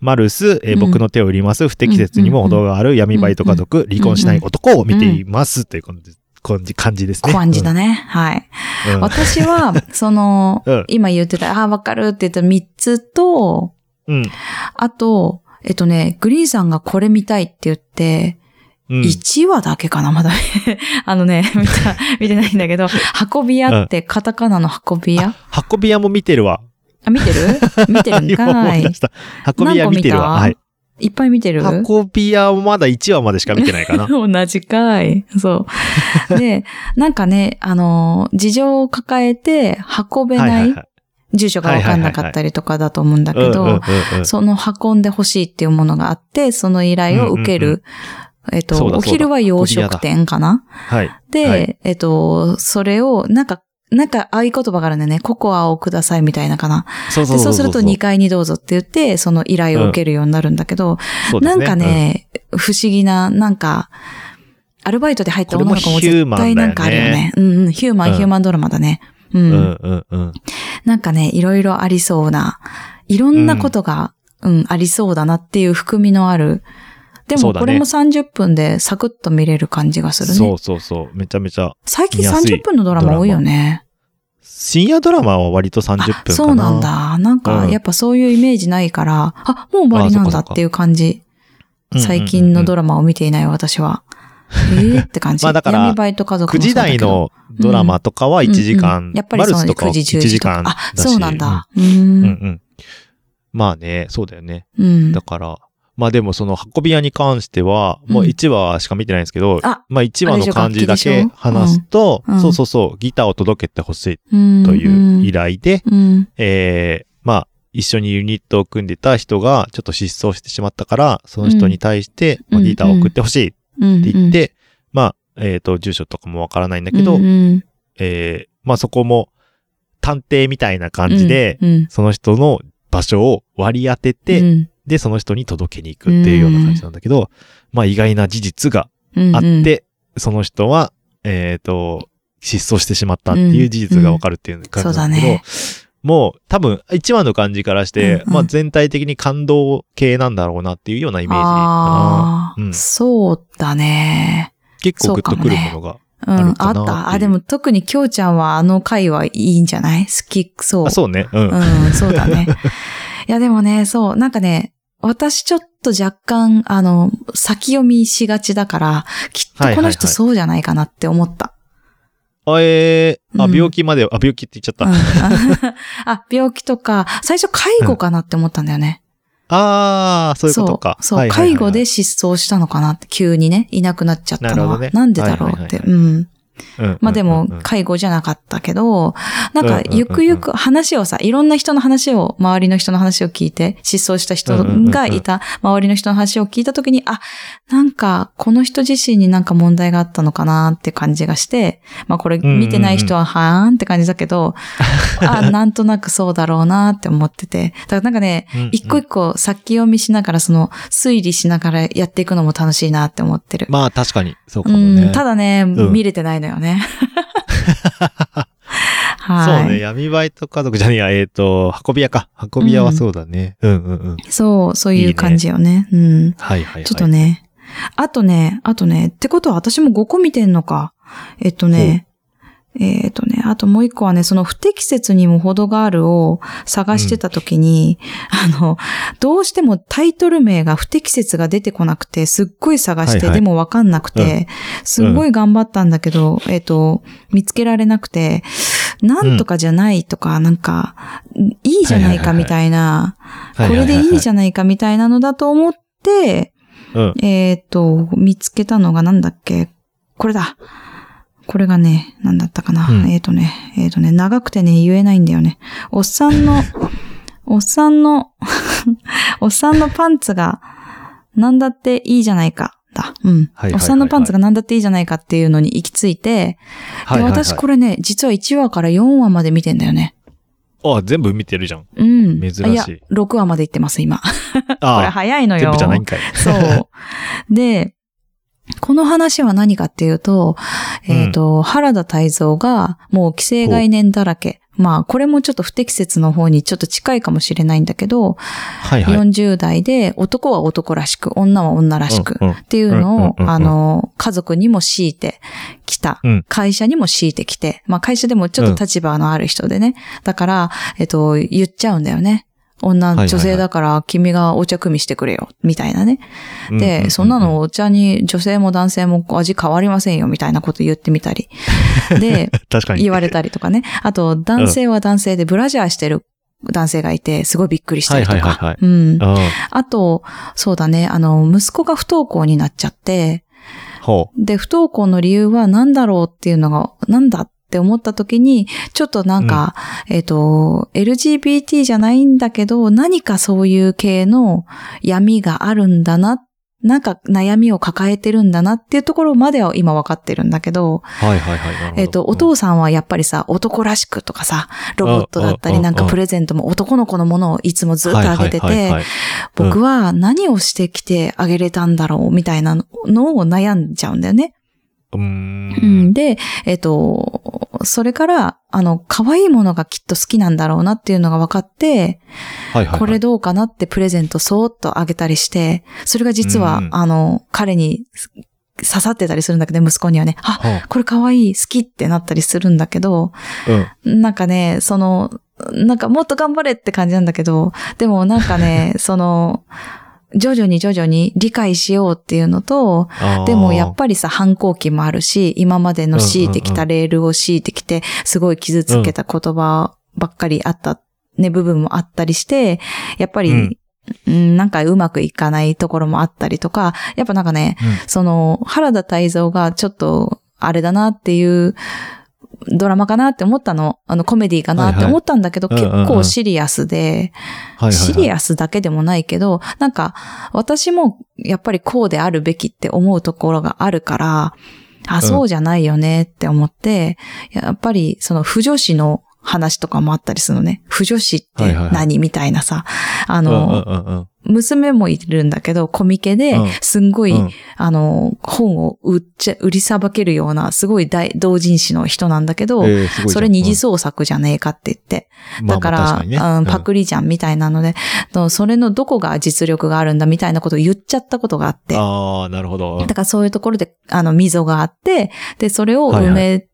[SPEAKER 1] マルス、えー
[SPEAKER 2] うん
[SPEAKER 1] 僕の手を売ります、不適切にも程がある闇バイト家族、離婚しない男を見ています、という感じ感じ感じですね。
[SPEAKER 2] 感じだね。はい。
[SPEAKER 1] うん。うん
[SPEAKER 2] 私は、
[SPEAKER 1] *laughs*
[SPEAKER 2] その
[SPEAKER 1] うん、
[SPEAKER 2] 今言ってた、あー、わかるって言った3つと、
[SPEAKER 1] うん。
[SPEAKER 2] あと、えっとね、グリーンさんがこれ見たいって言って、
[SPEAKER 1] うん。
[SPEAKER 2] 1話だけかな、まだ。 *laughs* あのね、見た、見てないんだけど、運び屋ってカタカナの運び屋
[SPEAKER 1] 運び屋も見てるわ。
[SPEAKER 2] あ、見てる見てるん
[SPEAKER 1] 今
[SPEAKER 2] か
[SPEAKER 1] 思い
[SPEAKER 2] い
[SPEAKER 1] 出。した。 *laughs* 運び屋見てるわ。はい
[SPEAKER 2] 何。いっぱい見てる
[SPEAKER 1] 運び屋をまだ1話までしか見てない
[SPEAKER 2] *laughs*
[SPEAKER 1] かな。
[SPEAKER 2] 同じかい。
[SPEAKER 1] *laughs*
[SPEAKER 2] そう。で、なんかね、あの、事情を抱えて運べ
[SPEAKER 1] は
[SPEAKER 2] ないい、住所がわかんなかったりとかだと思うんだ
[SPEAKER 1] うんう
[SPEAKER 2] け
[SPEAKER 1] んうん
[SPEAKER 2] ど、
[SPEAKER 1] うん
[SPEAKER 2] その運んでほしいっていうものがあって、その依頼を受け
[SPEAKER 1] うんう
[SPEAKER 2] る。えっと、
[SPEAKER 1] そうだそうだ
[SPEAKER 2] お昼は洋食店かな
[SPEAKER 1] はい。
[SPEAKER 2] で、
[SPEAKER 1] はい
[SPEAKER 2] えっと、それを、なんか、なんか合言葉があるんだよね。ココアをくださいみたいなかな。
[SPEAKER 1] そうそ
[SPEAKER 2] で
[SPEAKER 1] うそ
[SPEAKER 2] そう
[SPEAKER 1] う。
[SPEAKER 2] すると2階にどうぞって言って、その依頼を受けるようになるんだけど、
[SPEAKER 1] そうで
[SPEAKER 2] な
[SPEAKER 1] す
[SPEAKER 2] んか、ね、不思議な、なんか、アルバイトで入った女の子も
[SPEAKER 1] これもヒュー
[SPEAKER 2] 絶
[SPEAKER 1] マンだよ
[SPEAKER 2] 対
[SPEAKER 1] ね
[SPEAKER 2] なんかあるよね。うんうん、ヒューマン、
[SPEAKER 1] うん
[SPEAKER 2] ヒューマンドラマだね。う。
[SPEAKER 1] うんんうんうん。
[SPEAKER 2] なんかね、いろいろありそうな、いろんなことが、うん、ありそうだなっていう含みのある。で
[SPEAKER 1] そ
[SPEAKER 2] も
[SPEAKER 1] うだね
[SPEAKER 2] これも30分でサクッと見れる感じがする
[SPEAKER 1] そ
[SPEAKER 2] ね
[SPEAKER 1] う。そうそう。めちゃめちゃ。
[SPEAKER 2] 最近
[SPEAKER 1] 見やすい
[SPEAKER 2] 30分のドラマ多いよね。
[SPEAKER 1] 深夜ドラマは割と30分かな。
[SPEAKER 2] そうなん。だ。なんか、
[SPEAKER 1] うん
[SPEAKER 2] やっぱそういうイメージないから、あ、もう終わりなんだっていう感じ。最近のド
[SPEAKER 1] ラ
[SPEAKER 2] ラマを見ていない私は。ええって感じ。
[SPEAKER 1] *laughs* まあだから
[SPEAKER 2] 闇バイト家族
[SPEAKER 1] 9
[SPEAKER 2] もそう
[SPEAKER 1] 時
[SPEAKER 2] だけ
[SPEAKER 1] 台
[SPEAKER 2] ど
[SPEAKER 1] のドラマとかは1時
[SPEAKER 2] うんう
[SPEAKER 1] 間。
[SPEAKER 2] んやっぱりそ
[SPEAKER 1] マル
[SPEAKER 2] の
[SPEAKER 1] スとか
[SPEAKER 2] 9
[SPEAKER 1] は
[SPEAKER 2] 時、
[SPEAKER 1] 1
[SPEAKER 2] 10
[SPEAKER 1] 時
[SPEAKER 2] 時とか
[SPEAKER 1] 間。。
[SPEAKER 2] あ、そうなんだ。う。
[SPEAKER 1] うん。うんうんん。まあね、そうだよね。
[SPEAKER 2] うん
[SPEAKER 1] だ。から、まあでもその運び屋に関しては、もう1話しか見てないんですけど、
[SPEAKER 2] あ
[SPEAKER 1] まあ1話の感じだ
[SPEAKER 2] あれ
[SPEAKER 1] け
[SPEAKER 2] でしょ
[SPEAKER 1] 話すと、
[SPEAKER 2] うんうん
[SPEAKER 1] そうそうそう、ギターを届けてほしい
[SPEAKER 2] うん。
[SPEAKER 1] という依頼で、
[SPEAKER 2] うん。
[SPEAKER 1] えーまあ一緒にユニットを組んでた人がちょっと失踪してしまったから、その人に対して、ま
[SPEAKER 2] うん
[SPEAKER 1] あギターを送ってほしいっ
[SPEAKER 2] うん。
[SPEAKER 1] て言って、まあ、えっ、と、住所とかもわからないんだけど、
[SPEAKER 2] うんうん
[SPEAKER 1] えーまあそこも探偵みたいな感じで、
[SPEAKER 2] うんうん
[SPEAKER 1] その人の場所を割り当てて、
[SPEAKER 2] うん
[SPEAKER 1] で、その人に届けに行くっていうような感じなんだけど、まあ意外な事実が
[SPEAKER 2] うん
[SPEAKER 1] あって、、その人は、えっ、と、失踪してしまったっていう事実がわかるっていう感じなんだけど、
[SPEAKER 2] うんうん
[SPEAKER 1] もう多分一話の感じからして、
[SPEAKER 2] うんうん
[SPEAKER 1] まあ全体的に感動系なんだろうなっていうようなイメージか
[SPEAKER 2] ああ
[SPEAKER 1] うん
[SPEAKER 2] そうだね。
[SPEAKER 1] な。結構グッとくるものが。
[SPEAKER 2] うん、
[SPEAKER 1] あ
[SPEAKER 2] あ
[SPEAKER 1] る
[SPEAKER 2] っ
[SPEAKER 1] かなっていう
[SPEAKER 2] た。あ、でも特にきょうちゃんはあの回はいいんじゃない好きそう。
[SPEAKER 1] あ、そうね。うん。うん。
[SPEAKER 2] うん、そうだ
[SPEAKER 1] *laughs*
[SPEAKER 2] ね。いや、でもね、そう、なんかね、私ちょっと若干、あの、先読みしがちだから、きっ
[SPEAKER 1] はいは
[SPEAKER 2] とこ
[SPEAKER 1] いは
[SPEAKER 2] の
[SPEAKER 1] い
[SPEAKER 2] 人そうじゃないかなって思った。
[SPEAKER 1] あ、えー、あ、
[SPEAKER 2] うん
[SPEAKER 1] 病気まで、あ、病気って言っちゃ *laughs* った。
[SPEAKER 2] うん
[SPEAKER 1] あ
[SPEAKER 2] あ、病気とか、最初介護かなって思ったんだよね。
[SPEAKER 1] あー、そういうことか。
[SPEAKER 2] そう、
[SPEAKER 1] はいはいはい
[SPEAKER 2] 介護で、失踪したのかなって、急にね、いなくなっちゃったのは。
[SPEAKER 1] なるほどね
[SPEAKER 2] なんでだろうって。
[SPEAKER 1] はいは
[SPEAKER 2] うん。
[SPEAKER 1] うんうんうんうん
[SPEAKER 2] まあでも、介護じゃなかったけど、なん
[SPEAKER 1] うんうん、
[SPEAKER 2] か
[SPEAKER 1] うんうん
[SPEAKER 2] ゆくゆく話をさ、いろんな人の話を、周りの人の話を聞いて、失踪した人
[SPEAKER 1] うんうんうんうん
[SPEAKER 2] がいた、周りの人の話を聞いたときに、あ、なんか、この人自身になんか問題があったのかなって感じがして、まあこれ
[SPEAKER 1] んうんうん
[SPEAKER 2] 見てない人は、はーんって感じだけど、
[SPEAKER 1] *laughs*
[SPEAKER 2] あ、なんとなくそうだろうなって思ってて。だからなんかね、
[SPEAKER 1] うんうん
[SPEAKER 2] 一個一個先読みしながら、その推理しながらやっていくのも楽しいなって思ってる。
[SPEAKER 1] まあ確かに、そうか
[SPEAKER 2] う
[SPEAKER 1] もね。
[SPEAKER 2] ん、ただね、
[SPEAKER 1] ん
[SPEAKER 2] 見れてないの
[SPEAKER 1] *laughs*
[SPEAKER 2] よね。はい。
[SPEAKER 1] そうね、闇バイト家族じゃねえや、えっ、と、運び屋か。運び屋はそうだね。うん、うん、うんうん。
[SPEAKER 2] そう、そう
[SPEAKER 1] いい
[SPEAKER 2] いう
[SPEAKER 1] ね
[SPEAKER 2] 感じよね。うん。
[SPEAKER 1] はいはいはい。
[SPEAKER 2] ちょっと。ね。あとね、あとね、ってことは私も5個見てんのか。えっとね、えっとね、あともう一個はね、その不適切にも程があるを探してた時に、あの、どうしてもタイトル名が不適切が出てこなくて、すっごい探して、
[SPEAKER 1] はいはい
[SPEAKER 2] でもわかんなくて、すっごい頑張ったんだけど、えっと、見つけられなくて、なんとかじゃないとか、なんか、いいじゃないかみたいな、
[SPEAKER 1] はいはいはい
[SPEAKER 2] これでいいじゃないかみたいなのだと思って、
[SPEAKER 1] うん。
[SPEAKER 2] えっ、と、見つけたのがなんだっけこれだ。これがね、なんだったかな。
[SPEAKER 1] うん
[SPEAKER 2] えっ、とね、えっ、とね、長くてね、言えないんだよね。おっさんの、 *laughs* おっ *laughs* さんの、おっさんのパンツが、なんだっていいじゃないか。だ。うん
[SPEAKER 1] はいはいはい。はい
[SPEAKER 2] おっさんのパンツが何だっていいじゃないかっていうのに行き着いて、
[SPEAKER 1] はいはいは
[SPEAKER 2] で、
[SPEAKER 1] い。
[SPEAKER 2] 私これね、実は1話から4話まで見てんだよね。
[SPEAKER 1] あ、全部見てるじゃん。
[SPEAKER 2] うん。
[SPEAKER 1] 珍しい
[SPEAKER 2] あや、6話まで行ってます、今。これ
[SPEAKER 1] あ
[SPEAKER 2] 早いの
[SPEAKER 1] あ、
[SPEAKER 2] よ。
[SPEAKER 1] 全部じゃないんかい。
[SPEAKER 2] そう。で、この話は何かっていうと、えっ、と、原田泰造がもう規制概念だらけ。まあ、これもちょっと不適切の方にちょっと近いかもしれないんだけど、
[SPEAKER 1] はいはい。
[SPEAKER 2] 40代で男は男らしく、女は女らしく、
[SPEAKER 1] うんうん
[SPEAKER 2] っていうのを、
[SPEAKER 1] うんうんうんうん
[SPEAKER 2] あの、家族にも強いてきた。
[SPEAKER 1] うん
[SPEAKER 2] 会社にも強いてきて。まあ会社でもちょっと立場のある人でね。だから、えっと、言っちゃうんだよね。
[SPEAKER 1] いはいは
[SPEAKER 2] 女、
[SPEAKER 1] い
[SPEAKER 2] 女性だから君がお茶組みしてくれよ、みたいなね。
[SPEAKER 1] うんうう
[SPEAKER 2] で、そんなのお茶に女性も男性も味変わりませんよ、みたいなこと言ってみ
[SPEAKER 1] *laughs*
[SPEAKER 2] たり。で、
[SPEAKER 1] 確かに。
[SPEAKER 2] 言われたりとかね。あと、男性は男性でブラジャーしてる男性がいて、すごいびっくりしたりと
[SPEAKER 1] はいはいはいは
[SPEAKER 2] か
[SPEAKER 1] い。
[SPEAKER 2] うん。
[SPEAKER 1] うん。
[SPEAKER 2] あと、そうだね、あの、息子が不登校になっちゃって、
[SPEAKER 1] ほ
[SPEAKER 2] で、不登校の理由は何だろうっていうのが、なんだって思った時に、ちょっとなんか、えっ、と、LGBT じゃないんだけど、何かそういう系の闇があるんだな、なんか悩みを抱えてるんだなっていうところまでは今わかってるんだけど、
[SPEAKER 1] う。はいはいはいなるほど。
[SPEAKER 2] えっ、と、お父さんはやっぱりさ、男らしくとかさ、ロボットだった
[SPEAKER 1] うんう
[SPEAKER 2] り、
[SPEAKER 1] ん
[SPEAKER 2] なんか
[SPEAKER 1] うん
[SPEAKER 2] プレゼントも男の子のものをいつもずっとあげて
[SPEAKER 1] はいはいはいは、
[SPEAKER 2] て
[SPEAKER 1] いうん
[SPEAKER 2] 僕は何をしてきてあげれたんだろうみたいなのを悩んじゃうんだよね。
[SPEAKER 1] うー。
[SPEAKER 2] うんん、で、えっ、と、それから、あの、可愛いものがきっと好きなんだろうなっていうのが分かって、
[SPEAKER 1] はいはいはい。
[SPEAKER 2] これどうかなってプレゼントそーっとあげたりして、それが実は、
[SPEAKER 1] うん
[SPEAKER 2] あの、彼に刺さってたりするんだけど、息子にはね、あ、
[SPEAKER 1] は
[SPEAKER 2] これ可愛い、好きってなったりするんだけど、
[SPEAKER 1] あうん。
[SPEAKER 2] なんかね、その、なんかもっと頑張れって感じなんだけど、でもなん
[SPEAKER 1] *laughs*
[SPEAKER 2] かね、その、徐々に徐々に理解しようっていうのと、
[SPEAKER 1] あー
[SPEAKER 2] でもやっぱりさ、反抗期もあるし、今までの敷いて
[SPEAKER 1] うんう
[SPEAKER 2] き
[SPEAKER 1] んう
[SPEAKER 2] た
[SPEAKER 1] ん
[SPEAKER 2] レールを敷いてきて、すごい傷つけた言葉ばっかりあった、ね、部分もあったりして、やっぱり、
[SPEAKER 1] うん
[SPEAKER 2] うんなんかうまくいかないところもあったりとか、やっぱなんかね、その、原田泰造がちょっと、あれだなっていう、ドラマかなって思ったの。あの、コメディかなって思ったんだけど、
[SPEAKER 1] はいはいうんうんうん
[SPEAKER 2] 結構シリアスで、
[SPEAKER 1] うん。
[SPEAKER 2] シリ
[SPEAKER 1] ア
[SPEAKER 2] アスだけでもないけど、なんか、私もやっぱりこうであるべきって思うところがあるから、あ、そうじゃないよねって思って、やっぱりその不女子の話とかもあったりするのね。不女子って
[SPEAKER 1] はいはいは
[SPEAKER 2] 何みたいなさ。あ
[SPEAKER 1] うんうん
[SPEAKER 2] の、
[SPEAKER 1] うんうん。
[SPEAKER 2] 娘もいるんだけど、コミケで
[SPEAKER 1] うん、
[SPEAKER 2] すんごい
[SPEAKER 1] うん
[SPEAKER 2] あの、本を売っちゃ、売りさばけるような、すごい大同人誌の人なんだけ
[SPEAKER 1] え
[SPEAKER 2] ど、
[SPEAKER 1] ーすごいじゃん
[SPEAKER 2] それ二次創作じゃねえかって言って。
[SPEAKER 1] うん
[SPEAKER 2] だか
[SPEAKER 1] まあまあ
[SPEAKER 2] ら、
[SPEAKER 1] 確にね
[SPEAKER 2] うんパクリじゃんみたいなので、とそれのどこが実力があるんだみたいなことを言っちゃったことがあって。
[SPEAKER 1] ああ、なるほど。うん
[SPEAKER 2] だからそういうところで、あの、溝があって、で、それを埋め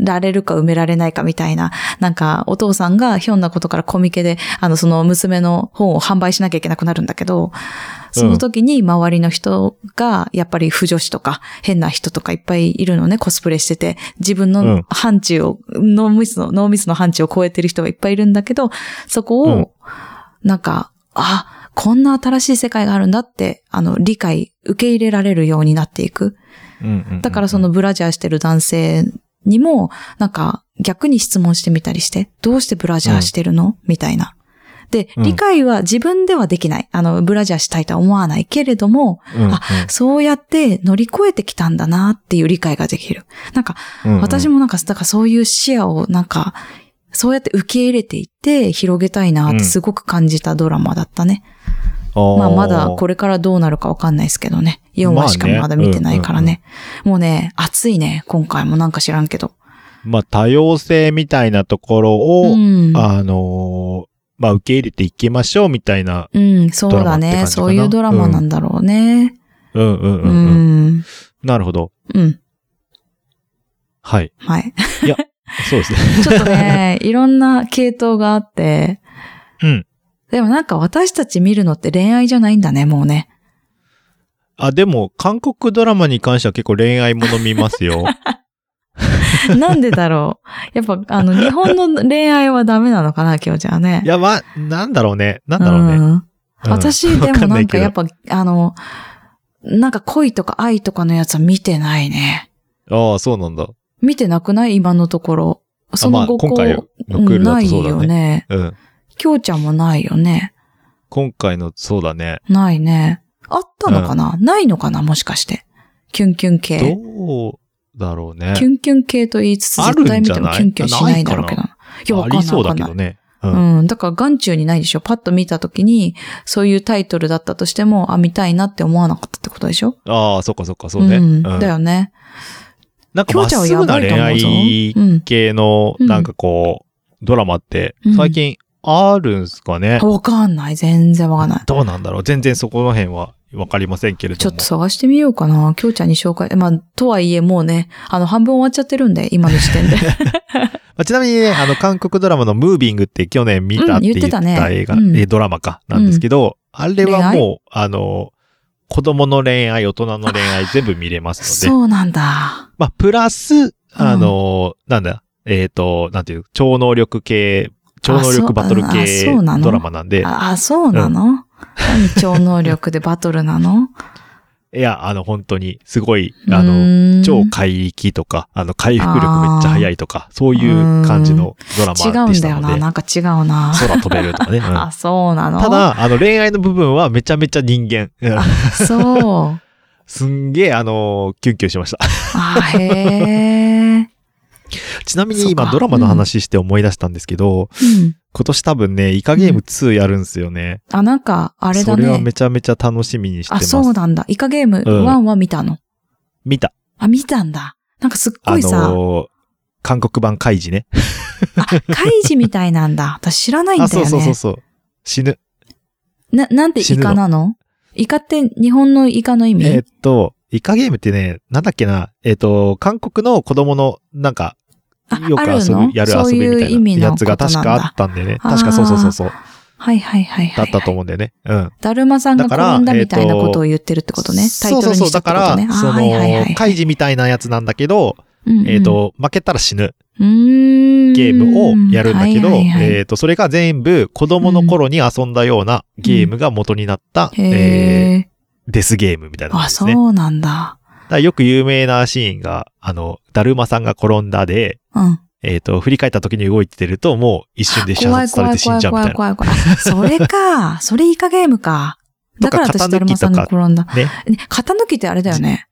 [SPEAKER 2] られるか埋められないかみたいな、なんか、お父さんがひょんなことからコミケで、あの、その娘の本を販売しなきゃいけなくなるんだけど、その時に周りの人が、やっぱり不女子とか、変な人とかいっぱいいるのね、コスプレしてて、自
[SPEAKER 1] う
[SPEAKER 2] 分
[SPEAKER 1] ん
[SPEAKER 2] の範疇を、脳密の、脳密の範疇を超えてる人がいっぱいいるんだけど、そこを、
[SPEAKER 1] うん
[SPEAKER 2] なんか、あ、こんな新しい世界があるんだって、あの、理解、受け入れられるようになっていく。
[SPEAKER 1] うんうん
[SPEAKER 2] だからそのブラジャーしてる男性にも、なんか、逆に質問してみたりして、どうしてブラジャーしてるの、みたいな。で、
[SPEAKER 1] うん
[SPEAKER 2] 理解は自分ではできない。あの、ブラジャーしたいとは思わないけれども、
[SPEAKER 1] うんうん、
[SPEAKER 2] あそうやって乗り越えてきたんだなっていう理解ができる。なんか、私
[SPEAKER 1] も、
[SPEAKER 2] もなんか、だからそういう視野をなんか、そうやって受け入れていって広げたいなってすごく感じたドラマだったね。まあまだこ
[SPEAKER 1] れ、
[SPEAKER 2] れからどうなるかわかんないですけどね。4
[SPEAKER 1] まあ
[SPEAKER 2] 話
[SPEAKER 1] ね
[SPEAKER 2] しかまだ見てないからね。もうね、暑いね。今回もなんか知らんけど。
[SPEAKER 1] まあ多様性みたいなところを、
[SPEAKER 2] うん。
[SPEAKER 1] あのーまあ受け入れていきましょうみたいな、
[SPEAKER 2] うん、そう
[SPEAKER 1] ドラマ
[SPEAKER 2] だ
[SPEAKER 1] って感
[SPEAKER 2] ね。
[SPEAKER 1] じかな
[SPEAKER 2] そういうドラマなんだろうね。
[SPEAKER 1] うんうんう
[SPEAKER 2] う。
[SPEAKER 1] ん、
[SPEAKER 2] うん
[SPEAKER 1] うん、
[SPEAKER 2] ん。
[SPEAKER 1] なるほど。はい。
[SPEAKER 2] はい。 *laughs*
[SPEAKER 1] そうですね。 *laughs*
[SPEAKER 2] ちょっとね、いろんな系統があって。
[SPEAKER 1] うん。
[SPEAKER 2] でもなんか私たち見るのって恋愛じゃないんだね、もうね。
[SPEAKER 1] あ、でも、韓国ドラマに関しては結構恋愛もの見ますよ。
[SPEAKER 2] *laughs*
[SPEAKER 1] *laughs*
[SPEAKER 2] なんでだろう。やっぱ、あの、日本の恋愛はダメなのかな、今日じゃあね。
[SPEAKER 1] いや、まあ、なんだろうね。なんだろうね。
[SPEAKER 2] ん
[SPEAKER 1] うん
[SPEAKER 2] 私、
[SPEAKER 1] わ
[SPEAKER 2] で
[SPEAKER 1] か
[SPEAKER 2] も
[SPEAKER 1] ん
[SPEAKER 2] ないん
[SPEAKER 1] け
[SPEAKER 2] か
[SPEAKER 1] ど
[SPEAKER 2] やっぱ、あの、なんか恋とか愛とかのやつは見てないね。
[SPEAKER 1] ああ、そうなんだ。
[SPEAKER 2] 見てなくない今のところ。そ
[SPEAKER 1] まあ
[SPEAKER 2] の後、こ
[SPEAKER 1] 今回の
[SPEAKER 2] う
[SPEAKER 1] クー
[SPEAKER 2] ん
[SPEAKER 1] ルだ
[SPEAKER 2] な
[SPEAKER 1] と
[SPEAKER 2] い
[SPEAKER 1] そうだね
[SPEAKER 2] よね。
[SPEAKER 1] うん。
[SPEAKER 2] きょうちゃんもないよね。
[SPEAKER 1] 今回の、そうだね。
[SPEAKER 2] ないね。あったのかな、ないのかなもしかして。キュンキュン系。
[SPEAKER 1] どうだろうね。
[SPEAKER 2] キュンキュン系と言いつつ、
[SPEAKER 1] あるん
[SPEAKER 2] 絶
[SPEAKER 1] じゃない
[SPEAKER 2] 対見てもキュンキュンしないんだろうけど。
[SPEAKER 1] ない
[SPEAKER 2] や、わ
[SPEAKER 1] あ
[SPEAKER 2] かんな
[SPEAKER 1] り
[SPEAKER 2] い。
[SPEAKER 1] そう
[SPEAKER 2] わ
[SPEAKER 1] だ
[SPEAKER 2] かん
[SPEAKER 1] け
[SPEAKER 2] ない
[SPEAKER 1] ど。ね。
[SPEAKER 2] うん。だから眼中にないでしょパッと見たときに、そういうタイトルだったとしても、あ、見たいなって思わなかったってことでしょ
[SPEAKER 1] ああ、そっかそっか、そうね。
[SPEAKER 2] ん。
[SPEAKER 1] うん
[SPEAKER 2] だよね。
[SPEAKER 1] なんかまっすぐな恋愛系の、
[SPEAKER 2] うん
[SPEAKER 1] なんかこう、ドラマって
[SPEAKER 2] うん、
[SPEAKER 1] 最近あるんすかね、
[SPEAKER 2] わかんない。全然わかんない。
[SPEAKER 1] どうなんだろう全然そこの辺はわかりませんけれ
[SPEAKER 2] ちょ
[SPEAKER 1] ども。
[SPEAKER 2] っと探してみようかな。きょうちゃんに紹介。まあ、とはいえもうね、あの、半分終わっちゃってるんで、今の時
[SPEAKER 1] *laughs*
[SPEAKER 2] 点で。
[SPEAKER 1] まあちなみにね、あの、韓国ドラマのムービングって去年見たって言った
[SPEAKER 2] うん言ってたね
[SPEAKER 1] 映画、
[SPEAKER 2] うん
[SPEAKER 1] えドラマか、なんですけど、あれは
[SPEAKER 2] 恋
[SPEAKER 1] もう、あの、子供の恋愛、大人の恋愛全部見れますので、
[SPEAKER 2] そうなんだ。
[SPEAKER 1] まあ、プラス、あの、なんだ、えっ、と、なんていう、超能力系、超能力バトル
[SPEAKER 2] あ
[SPEAKER 1] 系
[SPEAKER 2] そうあそうなの
[SPEAKER 1] ドラマなんで、
[SPEAKER 2] あ、あそうなの、何超能力でバトルなの
[SPEAKER 1] いや、あの、本当に、すごい、 *laughs* あ
[SPEAKER 2] う
[SPEAKER 1] の、
[SPEAKER 2] ーん
[SPEAKER 1] 超怪力とか、あの、回復力めっちゃ速いとか、そういう感じのドラマで
[SPEAKER 2] 違うん
[SPEAKER 1] し
[SPEAKER 2] だ
[SPEAKER 1] た
[SPEAKER 2] よ
[SPEAKER 1] の
[SPEAKER 2] な。
[SPEAKER 1] で、
[SPEAKER 2] なんか違うな。
[SPEAKER 1] 空飛べるとかね。うん
[SPEAKER 2] *laughs* あ、そうなの
[SPEAKER 1] た、だ、あの、恋愛の部分はめちゃめちゃ人間。うん
[SPEAKER 2] そう。
[SPEAKER 1] すんげえ、あの、キュンキュンしました。 *laughs*
[SPEAKER 2] あ、へえ。
[SPEAKER 1] ちなみ
[SPEAKER 2] そ
[SPEAKER 1] に
[SPEAKER 2] うか
[SPEAKER 1] 今、ドラマの話して思い出したんですけど、
[SPEAKER 2] うん。
[SPEAKER 1] 今年多分ね、イカゲーム2やるんですよね。
[SPEAKER 2] あ、なんか、あれだ
[SPEAKER 1] それは
[SPEAKER 2] ね
[SPEAKER 1] め。ちゃめちゃ楽しみにしてま
[SPEAKER 2] あ、
[SPEAKER 1] す。
[SPEAKER 2] そうなんだ。イカゲーム
[SPEAKER 1] うん
[SPEAKER 2] 1は見たの。
[SPEAKER 1] 見た。
[SPEAKER 2] あ、見たんだ。なんかすっご
[SPEAKER 1] あ
[SPEAKER 2] いさ、
[SPEAKER 1] の、韓国版カイジね。
[SPEAKER 2] あ、カイジみたいな
[SPEAKER 1] *laughs*
[SPEAKER 2] んだ。私知らないんだ
[SPEAKER 1] あ、
[SPEAKER 2] よね。
[SPEAKER 1] そうそうそうそう。死ぬ。
[SPEAKER 2] な、なんてイカなのイカって日本のイカの意味、
[SPEAKER 1] えーっと、イカゲームってね、なんだっけな、えーっと、韓国の子供の、なんか、
[SPEAKER 2] あ
[SPEAKER 1] よく
[SPEAKER 2] ある
[SPEAKER 1] 遊
[SPEAKER 2] の
[SPEAKER 1] ぶ、やる
[SPEAKER 2] そう
[SPEAKER 1] 遊び
[SPEAKER 2] いう意
[SPEAKER 1] みた
[SPEAKER 2] 味
[SPEAKER 1] い
[SPEAKER 2] の
[SPEAKER 1] なや
[SPEAKER 2] こ
[SPEAKER 1] つ
[SPEAKER 2] と
[SPEAKER 1] が
[SPEAKER 2] なん
[SPEAKER 1] 確かあ
[SPEAKER 2] だ
[SPEAKER 1] っ。たんでね。
[SPEAKER 2] あー
[SPEAKER 1] 確かそうそうそうそう。
[SPEAKER 2] はいはいはいはい、
[SPEAKER 1] だ
[SPEAKER 2] はい。
[SPEAKER 1] ったと思うんだよね。うん。
[SPEAKER 2] だるまさんが
[SPEAKER 1] だから
[SPEAKER 2] 転んだみたいなことを言ってるってことね。タイトルに
[SPEAKER 1] そうそうそう。
[SPEAKER 2] した
[SPEAKER 1] だ
[SPEAKER 2] っ
[SPEAKER 1] か
[SPEAKER 2] てことね。
[SPEAKER 1] ら、そ
[SPEAKER 2] あはいはいはい
[SPEAKER 1] の、カイジみたいなやつなんだけど、
[SPEAKER 2] うんうん
[SPEAKER 1] えーっと、負けたら死ぬ
[SPEAKER 2] うーん
[SPEAKER 1] ゲームをやるんだけど、
[SPEAKER 2] はいはいはい
[SPEAKER 1] えーっと、それが全部子供の頃に遊んだようなゲームが元になった、えー
[SPEAKER 2] へー
[SPEAKER 1] デスゲームみたいなもの
[SPEAKER 2] あ、
[SPEAKER 1] です
[SPEAKER 2] そ
[SPEAKER 1] ね。
[SPEAKER 2] うなんだ。
[SPEAKER 1] だからよく有名なシーンが、あの、だるまさんが転んだで、
[SPEAKER 2] うん。
[SPEAKER 1] えっ、と、振り返った時に動いてると、もう一瞬で射
[SPEAKER 2] 怖い
[SPEAKER 1] 殺され
[SPEAKER 2] 怖
[SPEAKER 1] て
[SPEAKER 2] い
[SPEAKER 1] 死ん
[SPEAKER 2] 怖い
[SPEAKER 1] じゃうみ
[SPEAKER 2] 怖
[SPEAKER 1] た
[SPEAKER 2] い
[SPEAKER 1] いな。
[SPEAKER 2] 怖い怖い。あそれ
[SPEAKER 1] *laughs*
[SPEAKER 2] か。それイカゲームか。だから
[SPEAKER 1] とか
[SPEAKER 2] 私、だるまさんが転んだ。
[SPEAKER 1] ね。
[SPEAKER 2] ね型抜きってあれだよね。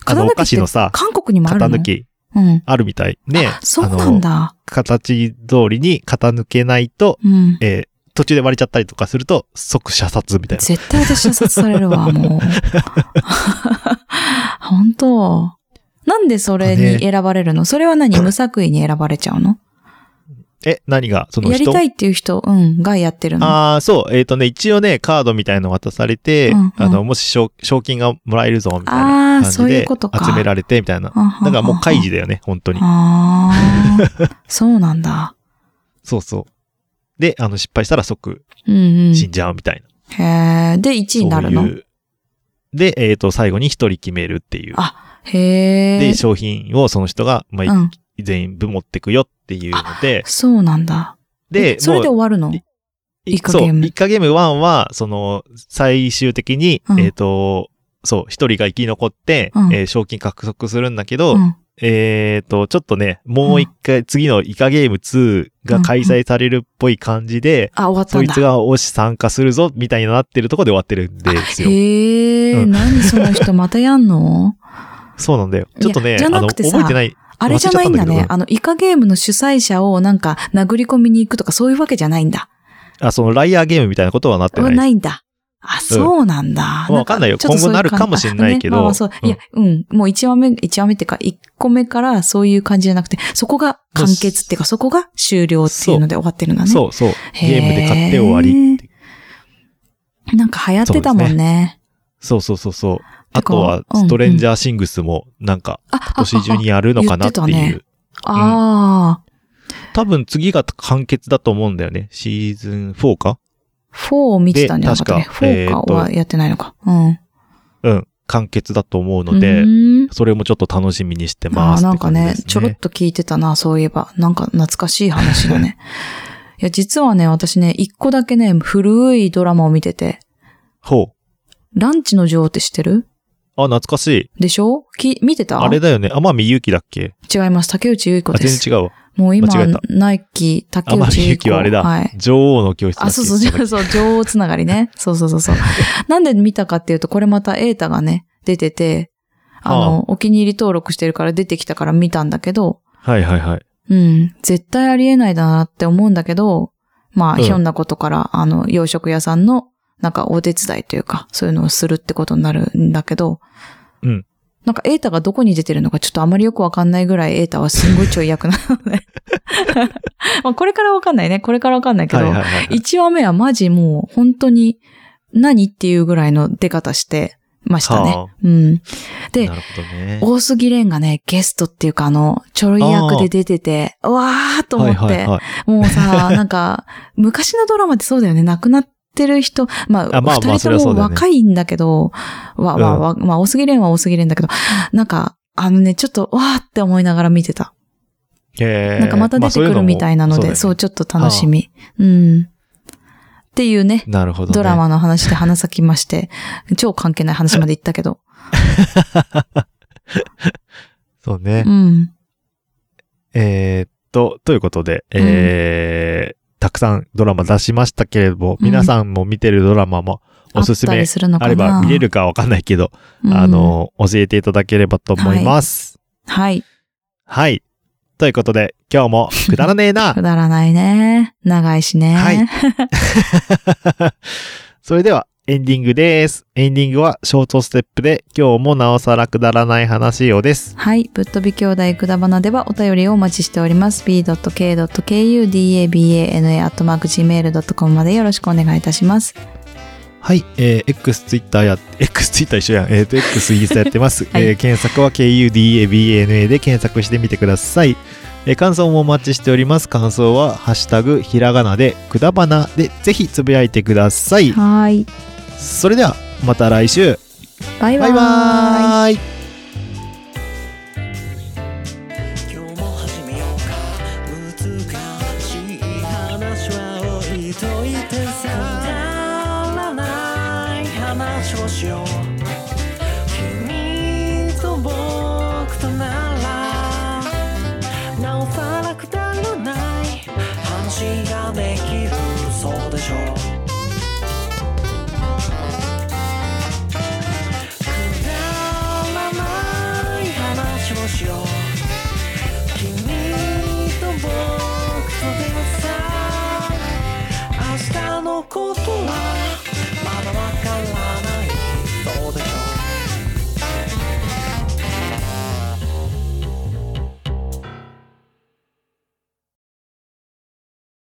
[SPEAKER 1] あ
[SPEAKER 2] 型
[SPEAKER 1] の、お
[SPEAKER 2] 抜
[SPEAKER 1] 菓子
[SPEAKER 2] き
[SPEAKER 1] の
[SPEAKER 2] って
[SPEAKER 1] さ、
[SPEAKER 2] 韓国にもある
[SPEAKER 1] 型
[SPEAKER 2] の
[SPEAKER 1] 抜き、
[SPEAKER 2] うん。
[SPEAKER 1] あるみたい。ね。
[SPEAKER 2] あそうなん
[SPEAKER 1] あの。
[SPEAKER 2] だ。
[SPEAKER 1] 形通りに型抜けないと、
[SPEAKER 2] うん。
[SPEAKER 1] えー途中で割れちゃったりとかすると、即射殺みたいな。
[SPEAKER 2] 絶対私射殺される
[SPEAKER 1] *laughs*
[SPEAKER 2] わ、もう。本当なんでそれに選ばれるのそれは何無作為に選ばれちゃうの
[SPEAKER 1] え、何がその
[SPEAKER 2] やり
[SPEAKER 1] 人
[SPEAKER 2] たいっていう人、うん、がやってるの。
[SPEAKER 1] ああ、そう。えっ、とね、一応ね、カードみたいの渡されて、
[SPEAKER 2] うんうん
[SPEAKER 1] あの、もし賞賞金がもらえるぞ、みたい
[SPEAKER 2] あ
[SPEAKER 1] な感
[SPEAKER 2] ー
[SPEAKER 1] じ
[SPEAKER 2] そういう
[SPEAKER 1] で
[SPEAKER 2] ことか
[SPEAKER 1] 集められて、みたいな。
[SPEAKER 2] だ
[SPEAKER 1] だからもう開示だよね、本当に。
[SPEAKER 2] ああ、そうなんだ。
[SPEAKER 1] そうそう。で、あの、失敗したら即
[SPEAKER 2] うんうん。
[SPEAKER 1] 死んじゃうみたいな。
[SPEAKER 2] へえ、で、1位にな
[SPEAKER 1] そう
[SPEAKER 2] るの
[SPEAKER 1] いう。で、えっ、と、最後に一人決めるっていう。
[SPEAKER 2] あへえ
[SPEAKER 1] で、、商品をその人が、まあ、
[SPEAKER 2] うん。
[SPEAKER 1] 全部持ってくよっていうので、
[SPEAKER 2] そうなんだ。
[SPEAKER 1] で
[SPEAKER 2] え、それで
[SPEAKER 1] もう
[SPEAKER 2] 終わるの
[SPEAKER 1] い
[SPEAKER 2] イカゲーム
[SPEAKER 1] そう、イカゲーム1は、その、最終的に、
[SPEAKER 2] うん
[SPEAKER 1] えっ、と、そう、一人が生き残って、
[SPEAKER 2] うん
[SPEAKER 1] えー賞金獲得するんだけど、
[SPEAKER 2] うん。
[SPEAKER 1] えっ、と、ちょっとね、もう一回、次のイカゲーム2が開催されるっぽい感じで、
[SPEAKER 2] あ、終わった
[SPEAKER 1] そ
[SPEAKER 2] ん
[SPEAKER 1] い
[SPEAKER 2] だ
[SPEAKER 1] つ。が推し参加するぞ、みたいになってるとこで終わってるんですよ。
[SPEAKER 2] へえ、
[SPEAKER 1] うん
[SPEAKER 2] 何その人またやんの
[SPEAKER 1] そうなんだよ。ちょっと
[SPEAKER 2] いや
[SPEAKER 1] ね、
[SPEAKER 2] じゃ
[SPEAKER 1] あ
[SPEAKER 2] な
[SPEAKER 1] の、
[SPEAKER 2] くて
[SPEAKER 1] 覚
[SPEAKER 2] さ
[SPEAKER 1] えてない。
[SPEAKER 2] あれじゃないんだ
[SPEAKER 1] *laughs* 忘れちゃ
[SPEAKER 2] ね
[SPEAKER 1] っ。た
[SPEAKER 2] あの、イカゲームの主催者をなんか殴り込みに行くとかそういうわけじゃないんだ。
[SPEAKER 1] あ、その、ライアーゲームみたいなことはなって
[SPEAKER 2] な
[SPEAKER 1] ないい。
[SPEAKER 2] んだ。あ、そうなんだ。
[SPEAKER 1] まあわかんないよ
[SPEAKER 2] ちょっとそうう
[SPEAKER 1] 今後なるかもしれないけど
[SPEAKER 2] ねまあまあそう。いや、うん。もう1話目、一話目っていうか、1個目からそういう感じじゃなくて、そこが完結っていうか、そこが終了っていうので終わってるんだね。
[SPEAKER 1] そうそう。
[SPEAKER 2] へー
[SPEAKER 1] ゲームで買って終わりっていう。
[SPEAKER 2] なんか流行ってたも
[SPEAKER 1] そ
[SPEAKER 2] ん
[SPEAKER 1] う
[SPEAKER 2] ね。
[SPEAKER 1] そうそうそうそう。あ
[SPEAKER 2] てか
[SPEAKER 1] とは、
[SPEAKER 2] うん
[SPEAKER 1] ストレンジャーシングスも、なんか、
[SPEAKER 2] あ、あ
[SPEAKER 1] 今年中にやるのかなって
[SPEAKER 2] ああ言っ
[SPEAKER 1] い
[SPEAKER 2] て
[SPEAKER 1] う。
[SPEAKER 2] ああ
[SPEAKER 1] 多分次が完結だと思うんだよね。シーズン4か
[SPEAKER 2] ー、4を見てたんじゃなかったね。
[SPEAKER 1] で確か
[SPEAKER 2] 4かはやってないのか。うん。
[SPEAKER 1] うん。完結だと思うので
[SPEAKER 2] う、ーん
[SPEAKER 1] それもちょっと楽しみにして
[SPEAKER 2] あ
[SPEAKER 1] ま
[SPEAKER 2] あ
[SPEAKER 1] す。
[SPEAKER 2] なんか
[SPEAKER 1] って
[SPEAKER 2] ね
[SPEAKER 1] 感じ、です
[SPEAKER 2] ちょろっと聞いてたな、そういえば。なんか懐かしい話
[SPEAKER 1] *laughs*
[SPEAKER 2] だね。いや、実はね、私ね、一個だけね、古いドラマを見てて、
[SPEAKER 1] ほ
[SPEAKER 2] ランチの女王って知ってる
[SPEAKER 1] う。あ、懐かしい。
[SPEAKER 2] でしょき見てた
[SPEAKER 1] あれだよね。天海祐希だっけ
[SPEAKER 2] 違います。竹内結子
[SPEAKER 1] あ、
[SPEAKER 2] で
[SPEAKER 1] 全
[SPEAKER 2] す。
[SPEAKER 1] 然違うわ。
[SPEAKER 2] もう今
[SPEAKER 1] 間違えた、
[SPEAKER 2] ないき、竹
[SPEAKER 1] 天海
[SPEAKER 2] 内結
[SPEAKER 1] 祐希
[SPEAKER 2] 子。
[SPEAKER 1] はあれだ。
[SPEAKER 2] はい。
[SPEAKER 1] 女王の教室だっけ
[SPEAKER 2] あ、そうそう、
[SPEAKER 1] 違
[SPEAKER 2] そうそう、女王
[SPEAKER 1] *laughs*
[SPEAKER 2] つながりね。そうそうそうそう。なんで見たかっていうと、これまたエータがね、出てて、あの、お気に入り登録してるから出てきたから見たんだけど、
[SPEAKER 1] はいはいはい。
[SPEAKER 2] うん、絶対ありえないだなって思うんだけど、まあ、
[SPEAKER 1] うん
[SPEAKER 2] ひょんなことから、あの、洋食屋さんの、なんかお手伝いというか、そういうのをするってことになるんだけど、
[SPEAKER 1] うん。
[SPEAKER 2] なんか、エータがどこに出てるのかちょっとあまりよくわかんないぐらい、エータはすんごいちょい役な
[SPEAKER 1] *laughs*
[SPEAKER 2] のね。まあ、これからわかんないね。これからわかんないけ
[SPEAKER 1] はい
[SPEAKER 2] ど、
[SPEAKER 1] はいはいはい。
[SPEAKER 2] *laughs* 一話目はマジもう本当に何っていうぐらいの出方してましたね。
[SPEAKER 1] はあ
[SPEAKER 2] うん。で
[SPEAKER 1] なるほどね。
[SPEAKER 2] 大杉蓮がね、ゲストっていうかあの、ちょろい役で出てて、うわーと思って、
[SPEAKER 1] はいはいはい。
[SPEAKER 2] もう
[SPEAKER 1] *laughs*
[SPEAKER 2] さ、なんか、昔のドラマってそうだよね、亡くなってる人、まあ、
[SPEAKER 1] あまあまあ
[SPEAKER 2] 二
[SPEAKER 1] そ
[SPEAKER 2] 人
[SPEAKER 1] れは
[SPEAKER 2] と
[SPEAKER 1] そう
[SPEAKER 2] も
[SPEAKER 1] だよね
[SPEAKER 2] 若いんだけど、わ、わ、わ、まあ、大杉蓮は大杉蓮だけど、なんか、あのね、ちょっと、わーって思いながら見てた。
[SPEAKER 1] へー
[SPEAKER 2] なんかまた出てくるみたいなので、
[SPEAKER 1] まあ
[SPEAKER 2] そ、
[SPEAKER 1] そうういうも
[SPEAKER 2] ちょっと楽しみ。うん。っていうね
[SPEAKER 1] そうだよね。なるほどね。
[SPEAKER 2] ドラマの話で花咲き
[SPEAKER 1] *laughs*
[SPEAKER 2] まして、超関係ない話まで言ったけど。
[SPEAKER 1] そうね
[SPEAKER 2] う。ん。
[SPEAKER 1] えーっと、ということで、えーたくさんドラマ出しましたけれども、
[SPEAKER 2] うん
[SPEAKER 1] 皆さんも見てるドラマもおすす
[SPEAKER 2] あった
[SPEAKER 1] め
[SPEAKER 2] りするのか
[SPEAKER 1] あ
[SPEAKER 2] な
[SPEAKER 1] れば見れるかわかんないけど、
[SPEAKER 2] うん
[SPEAKER 1] あの、教えていただければと思います。
[SPEAKER 2] はい。
[SPEAKER 1] はい。ということで、今日もくだらねえ
[SPEAKER 2] *laughs*
[SPEAKER 1] な
[SPEAKER 2] くだらないね。長いしね。
[SPEAKER 1] はいそれでは、エンディングです。エンディングはショートステップで、今日もなおさらくだらない話をです。
[SPEAKER 2] はい。ぶっ飛び兄弟くだばなではお便りをお待ちしております。b.k.kudabana.gmail.com までよろしくお願いいたします。
[SPEAKER 1] はい、えー、X ツイッターや、X ツイッター一緒やん。えーと、X インスタやってます。
[SPEAKER 2] *laughs* はい
[SPEAKER 1] えー検索は KUDABANA で検索してみてください。えー感想もお待ちしております。感想は、ハッシュタグ、ひらがなで、くだばなで、ぜひつぶやいてください。
[SPEAKER 2] はい。
[SPEAKER 1] それでは、また来週。
[SPEAKER 2] バイバ
[SPEAKER 1] バ
[SPEAKER 2] ー
[SPEAKER 1] イ
[SPEAKER 2] イ。
[SPEAKER 1] バーイ。
[SPEAKER 4] 今日も始めようか難しい話は置いといてさくだらない話をしよう